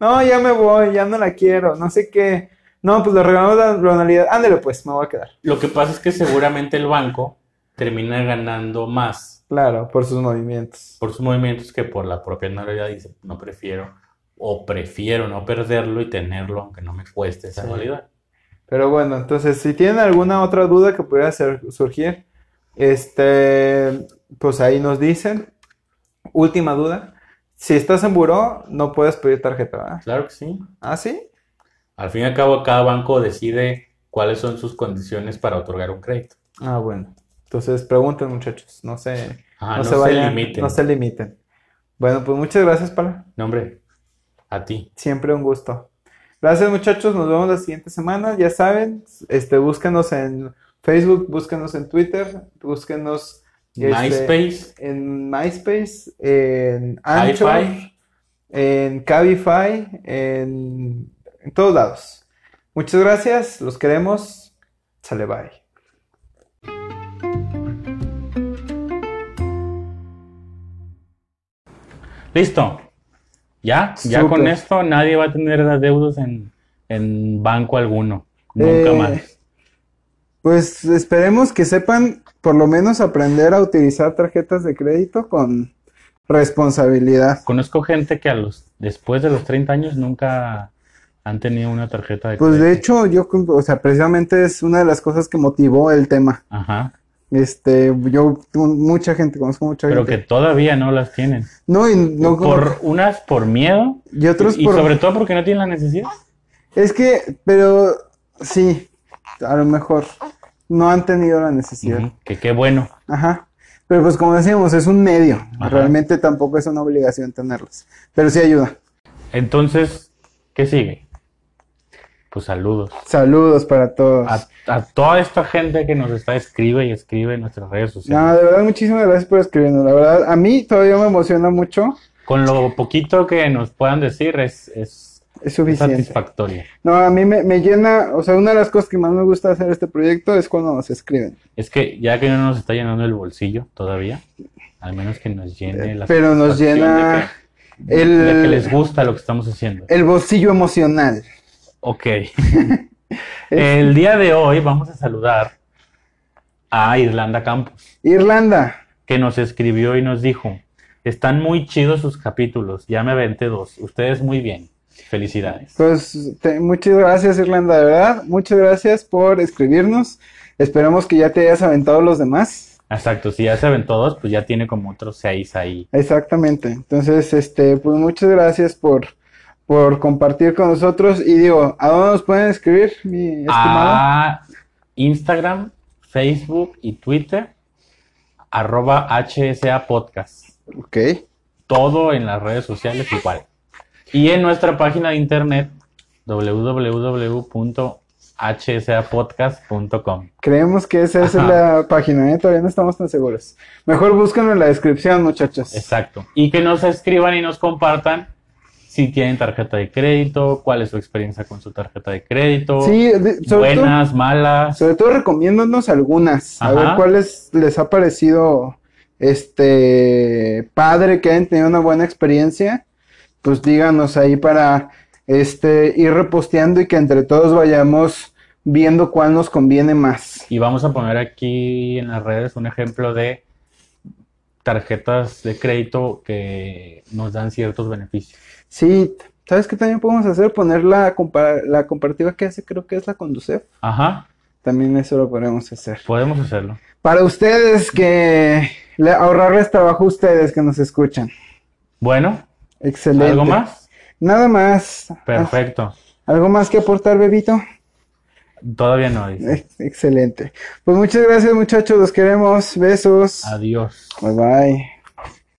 [SPEAKER 1] No, ya me voy, ya no la quiero, no sé qué. No, pues le regalamos la, la anualidad. Ándale pues, me voy a quedar.
[SPEAKER 2] Lo que pasa es que seguramente el banco termina ganando más
[SPEAKER 1] Claro, por sus movimientos.
[SPEAKER 2] por sus movimientos que por la propia anualidad. Dice, no prefiero o prefiero no perderlo y tenerlo aunque no me cueste esa
[SPEAKER 1] Sí.
[SPEAKER 2] anualidad.
[SPEAKER 1] Pero bueno, entonces, si tienen alguna otra duda que pudiera ser- surgir, este, pues ahí nos dicen. Última duda. Si estás en buró, no puedes pedir tarjeta, ¿verdad?
[SPEAKER 2] Claro que sí.
[SPEAKER 1] ¿Ah, sí?
[SPEAKER 2] Al fin y al cabo, cada banco decide cuáles son sus condiciones para otorgar un crédito.
[SPEAKER 1] Ah, bueno. Entonces, pregunten, muchachos. No sé,
[SPEAKER 2] Ah,
[SPEAKER 1] no
[SPEAKER 2] no
[SPEAKER 1] se
[SPEAKER 2] se
[SPEAKER 1] vayan,
[SPEAKER 2] limiten.
[SPEAKER 1] no se limiten. Bueno, pues muchas gracias, Pala.
[SPEAKER 2] No, hombre, a ti.
[SPEAKER 1] Siempre un gusto. Gracias, muchachos. Nos vemos la siguiente semana. Ya saben, este, búsquenos en Facebook, búsquenos en Twitter, búsquenos este,
[SPEAKER 2] MySpace,
[SPEAKER 1] en MySpace, en Anchor,
[SPEAKER 2] Hi-Fi,
[SPEAKER 1] en Cabify, en, en todos lados. Muchas gracias, los queremos. Sale, bye.
[SPEAKER 2] Listo. Ya, ya
[SPEAKER 1] Súper.
[SPEAKER 2] con esto nadie va a tener adeudos en, en banco alguno. Nunca
[SPEAKER 1] Eh,
[SPEAKER 2] más.
[SPEAKER 1] Pues esperemos que sepan por lo menos aprender a utilizar tarjetas de crédito con responsabilidad.
[SPEAKER 2] Conozco gente que a los después de los 30 años nunca han tenido una tarjeta de
[SPEAKER 1] Pues de
[SPEAKER 2] crédito.
[SPEAKER 1] hecho, yo, o sea, precisamente es una de las cosas que motivó el tema.
[SPEAKER 2] Ajá.
[SPEAKER 1] Este, yo, tengo mucha gente, conozco mucha
[SPEAKER 2] Pero
[SPEAKER 1] gente.
[SPEAKER 2] que todavía no las tienen.
[SPEAKER 1] No, y no conozco-
[SPEAKER 2] Por unas por miedo
[SPEAKER 1] y otros
[SPEAKER 2] y
[SPEAKER 1] por... Ah,
[SPEAKER 2] sobre todo porque no tienen la necesidad.
[SPEAKER 1] Es que, pero sí, a lo mejor no han tenido la necesidad.
[SPEAKER 2] Ujú, Que qué bueno.
[SPEAKER 1] Ajá. Pero pues como decíamos, es un medio.
[SPEAKER 2] Ajá.
[SPEAKER 1] Realmente tampoco es una obligación tenerlas. Pero sí ayuda.
[SPEAKER 2] Entonces, ¿qué sigue? Pues saludos.
[SPEAKER 1] Saludos para todos.
[SPEAKER 2] A, a toda esta gente que nos está escribe y escribe en nuestras redes sociales.
[SPEAKER 1] No, de verdad, muchísimas gracias por escribirnos. La verdad, a mí todavía me emociona mucho.
[SPEAKER 2] Con lo poquito que nos puedan decir es, es,
[SPEAKER 1] Es
[SPEAKER 2] es
[SPEAKER 1] suficiente.
[SPEAKER 2] satisfactorio.
[SPEAKER 1] No, a mí me, me llena, o sea, una de las cosas que más me gusta hacer este proyecto es cuando nos escriben.
[SPEAKER 2] Es que ya que no nos está llenando el bolsillo todavía, al menos que nos llene la
[SPEAKER 1] Eh, Pero nos
[SPEAKER 2] satisfacción
[SPEAKER 1] llena
[SPEAKER 2] de que,
[SPEAKER 1] el-
[SPEAKER 2] de que les gusta lo que estamos haciendo.
[SPEAKER 1] El bolsillo emocional.
[SPEAKER 2] Ok.
[SPEAKER 1] Eh,
[SPEAKER 2] El día de hoy vamos a saludar a Irlanda Campos,
[SPEAKER 1] Irlanda.
[SPEAKER 2] que nos escribió y nos dijo, están muy chidos sus capítulos, ya me aventé dos, ustedes muy bien, felicidades.
[SPEAKER 1] Pues te- muchas gracias Irlanda, de verdad. Muchas gracias por escribirnos. Esperamos que ya te hayas aventado los demás.
[SPEAKER 2] Exacto, si ya se aventó dos, pues ya tiene como otros seis ahí.
[SPEAKER 1] Exactamente. Entonces, este, pues muchas gracias por, por compartir con nosotros. Y digo, ¿a dónde nos pueden escribir, mi estimado?
[SPEAKER 2] A Instagram, Facebook y Twitter, arroba HSA Podcast.
[SPEAKER 1] Ok.
[SPEAKER 2] todo en las redes sociales igual. Y en nuestra página de internet www.hsapodcast.com.
[SPEAKER 1] Creemos que esa es
[SPEAKER 2] Ajá.
[SPEAKER 1] la página, ¿eh? Todavía no estamos tan seguros. Mejor búsquenlo en la descripción, muchachos.
[SPEAKER 2] Exacto. Y que nos escriban y nos compartan si tienen tarjeta de crédito, cuál es su experiencia con su tarjeta de crédito,
[SPEAKER 1] Sí, de- sobre todo,
[SPEAKER 2] buenas, malas.
[SPEAKER 1] sobre todo recomiéndonos algunas, a
[SPEAKER 2] Ajá.
[SPEAKER 1] ver cuáles les ha parecido este padre que hayan tenido una buena experiencia, pues díganos ahí para este ir reposteando y que entre todos vayamos viendo cuál nos conviene más.
[SPEAKER 2] Y vamos a poner aquí en las redes un ejemplo de tarjetas de crédito que nos dan ciertos beneficios.
[SPEAKER 1] Sí, ¿sabes qué también podemos hacer? Poner la, compa- la comparativa que hace, creo que es la Conducef.
[SPEAKER 2] Ajá,
[SPEAKER 1] También eso lo podemos hacer.
[SPEAKER 2] podemos hacerlo.
[SPEAKER 1] Para ustedes que le- ahorrarles trabajo a ustedes que nos escuchan.
[SPEAKER 2] Bueno,
[SPEAKER 1] Excelente.
[SPEAKER 2] ¿Algo más?
[SPEAKER 1] Nada más.
[SPEAKER 2] Perfecto.
[SPEAKER 1] ¿Algo más que aportar, Bebito?
[SPEAKER 2] Todavía no dice.
[SPEAKER 1] Eh, Excelente. Pues muchas gracias, muchachos. Los queremos. Besos.
[SPEAKER 2] Adiós.
[SPEAKER 1] Bye bye.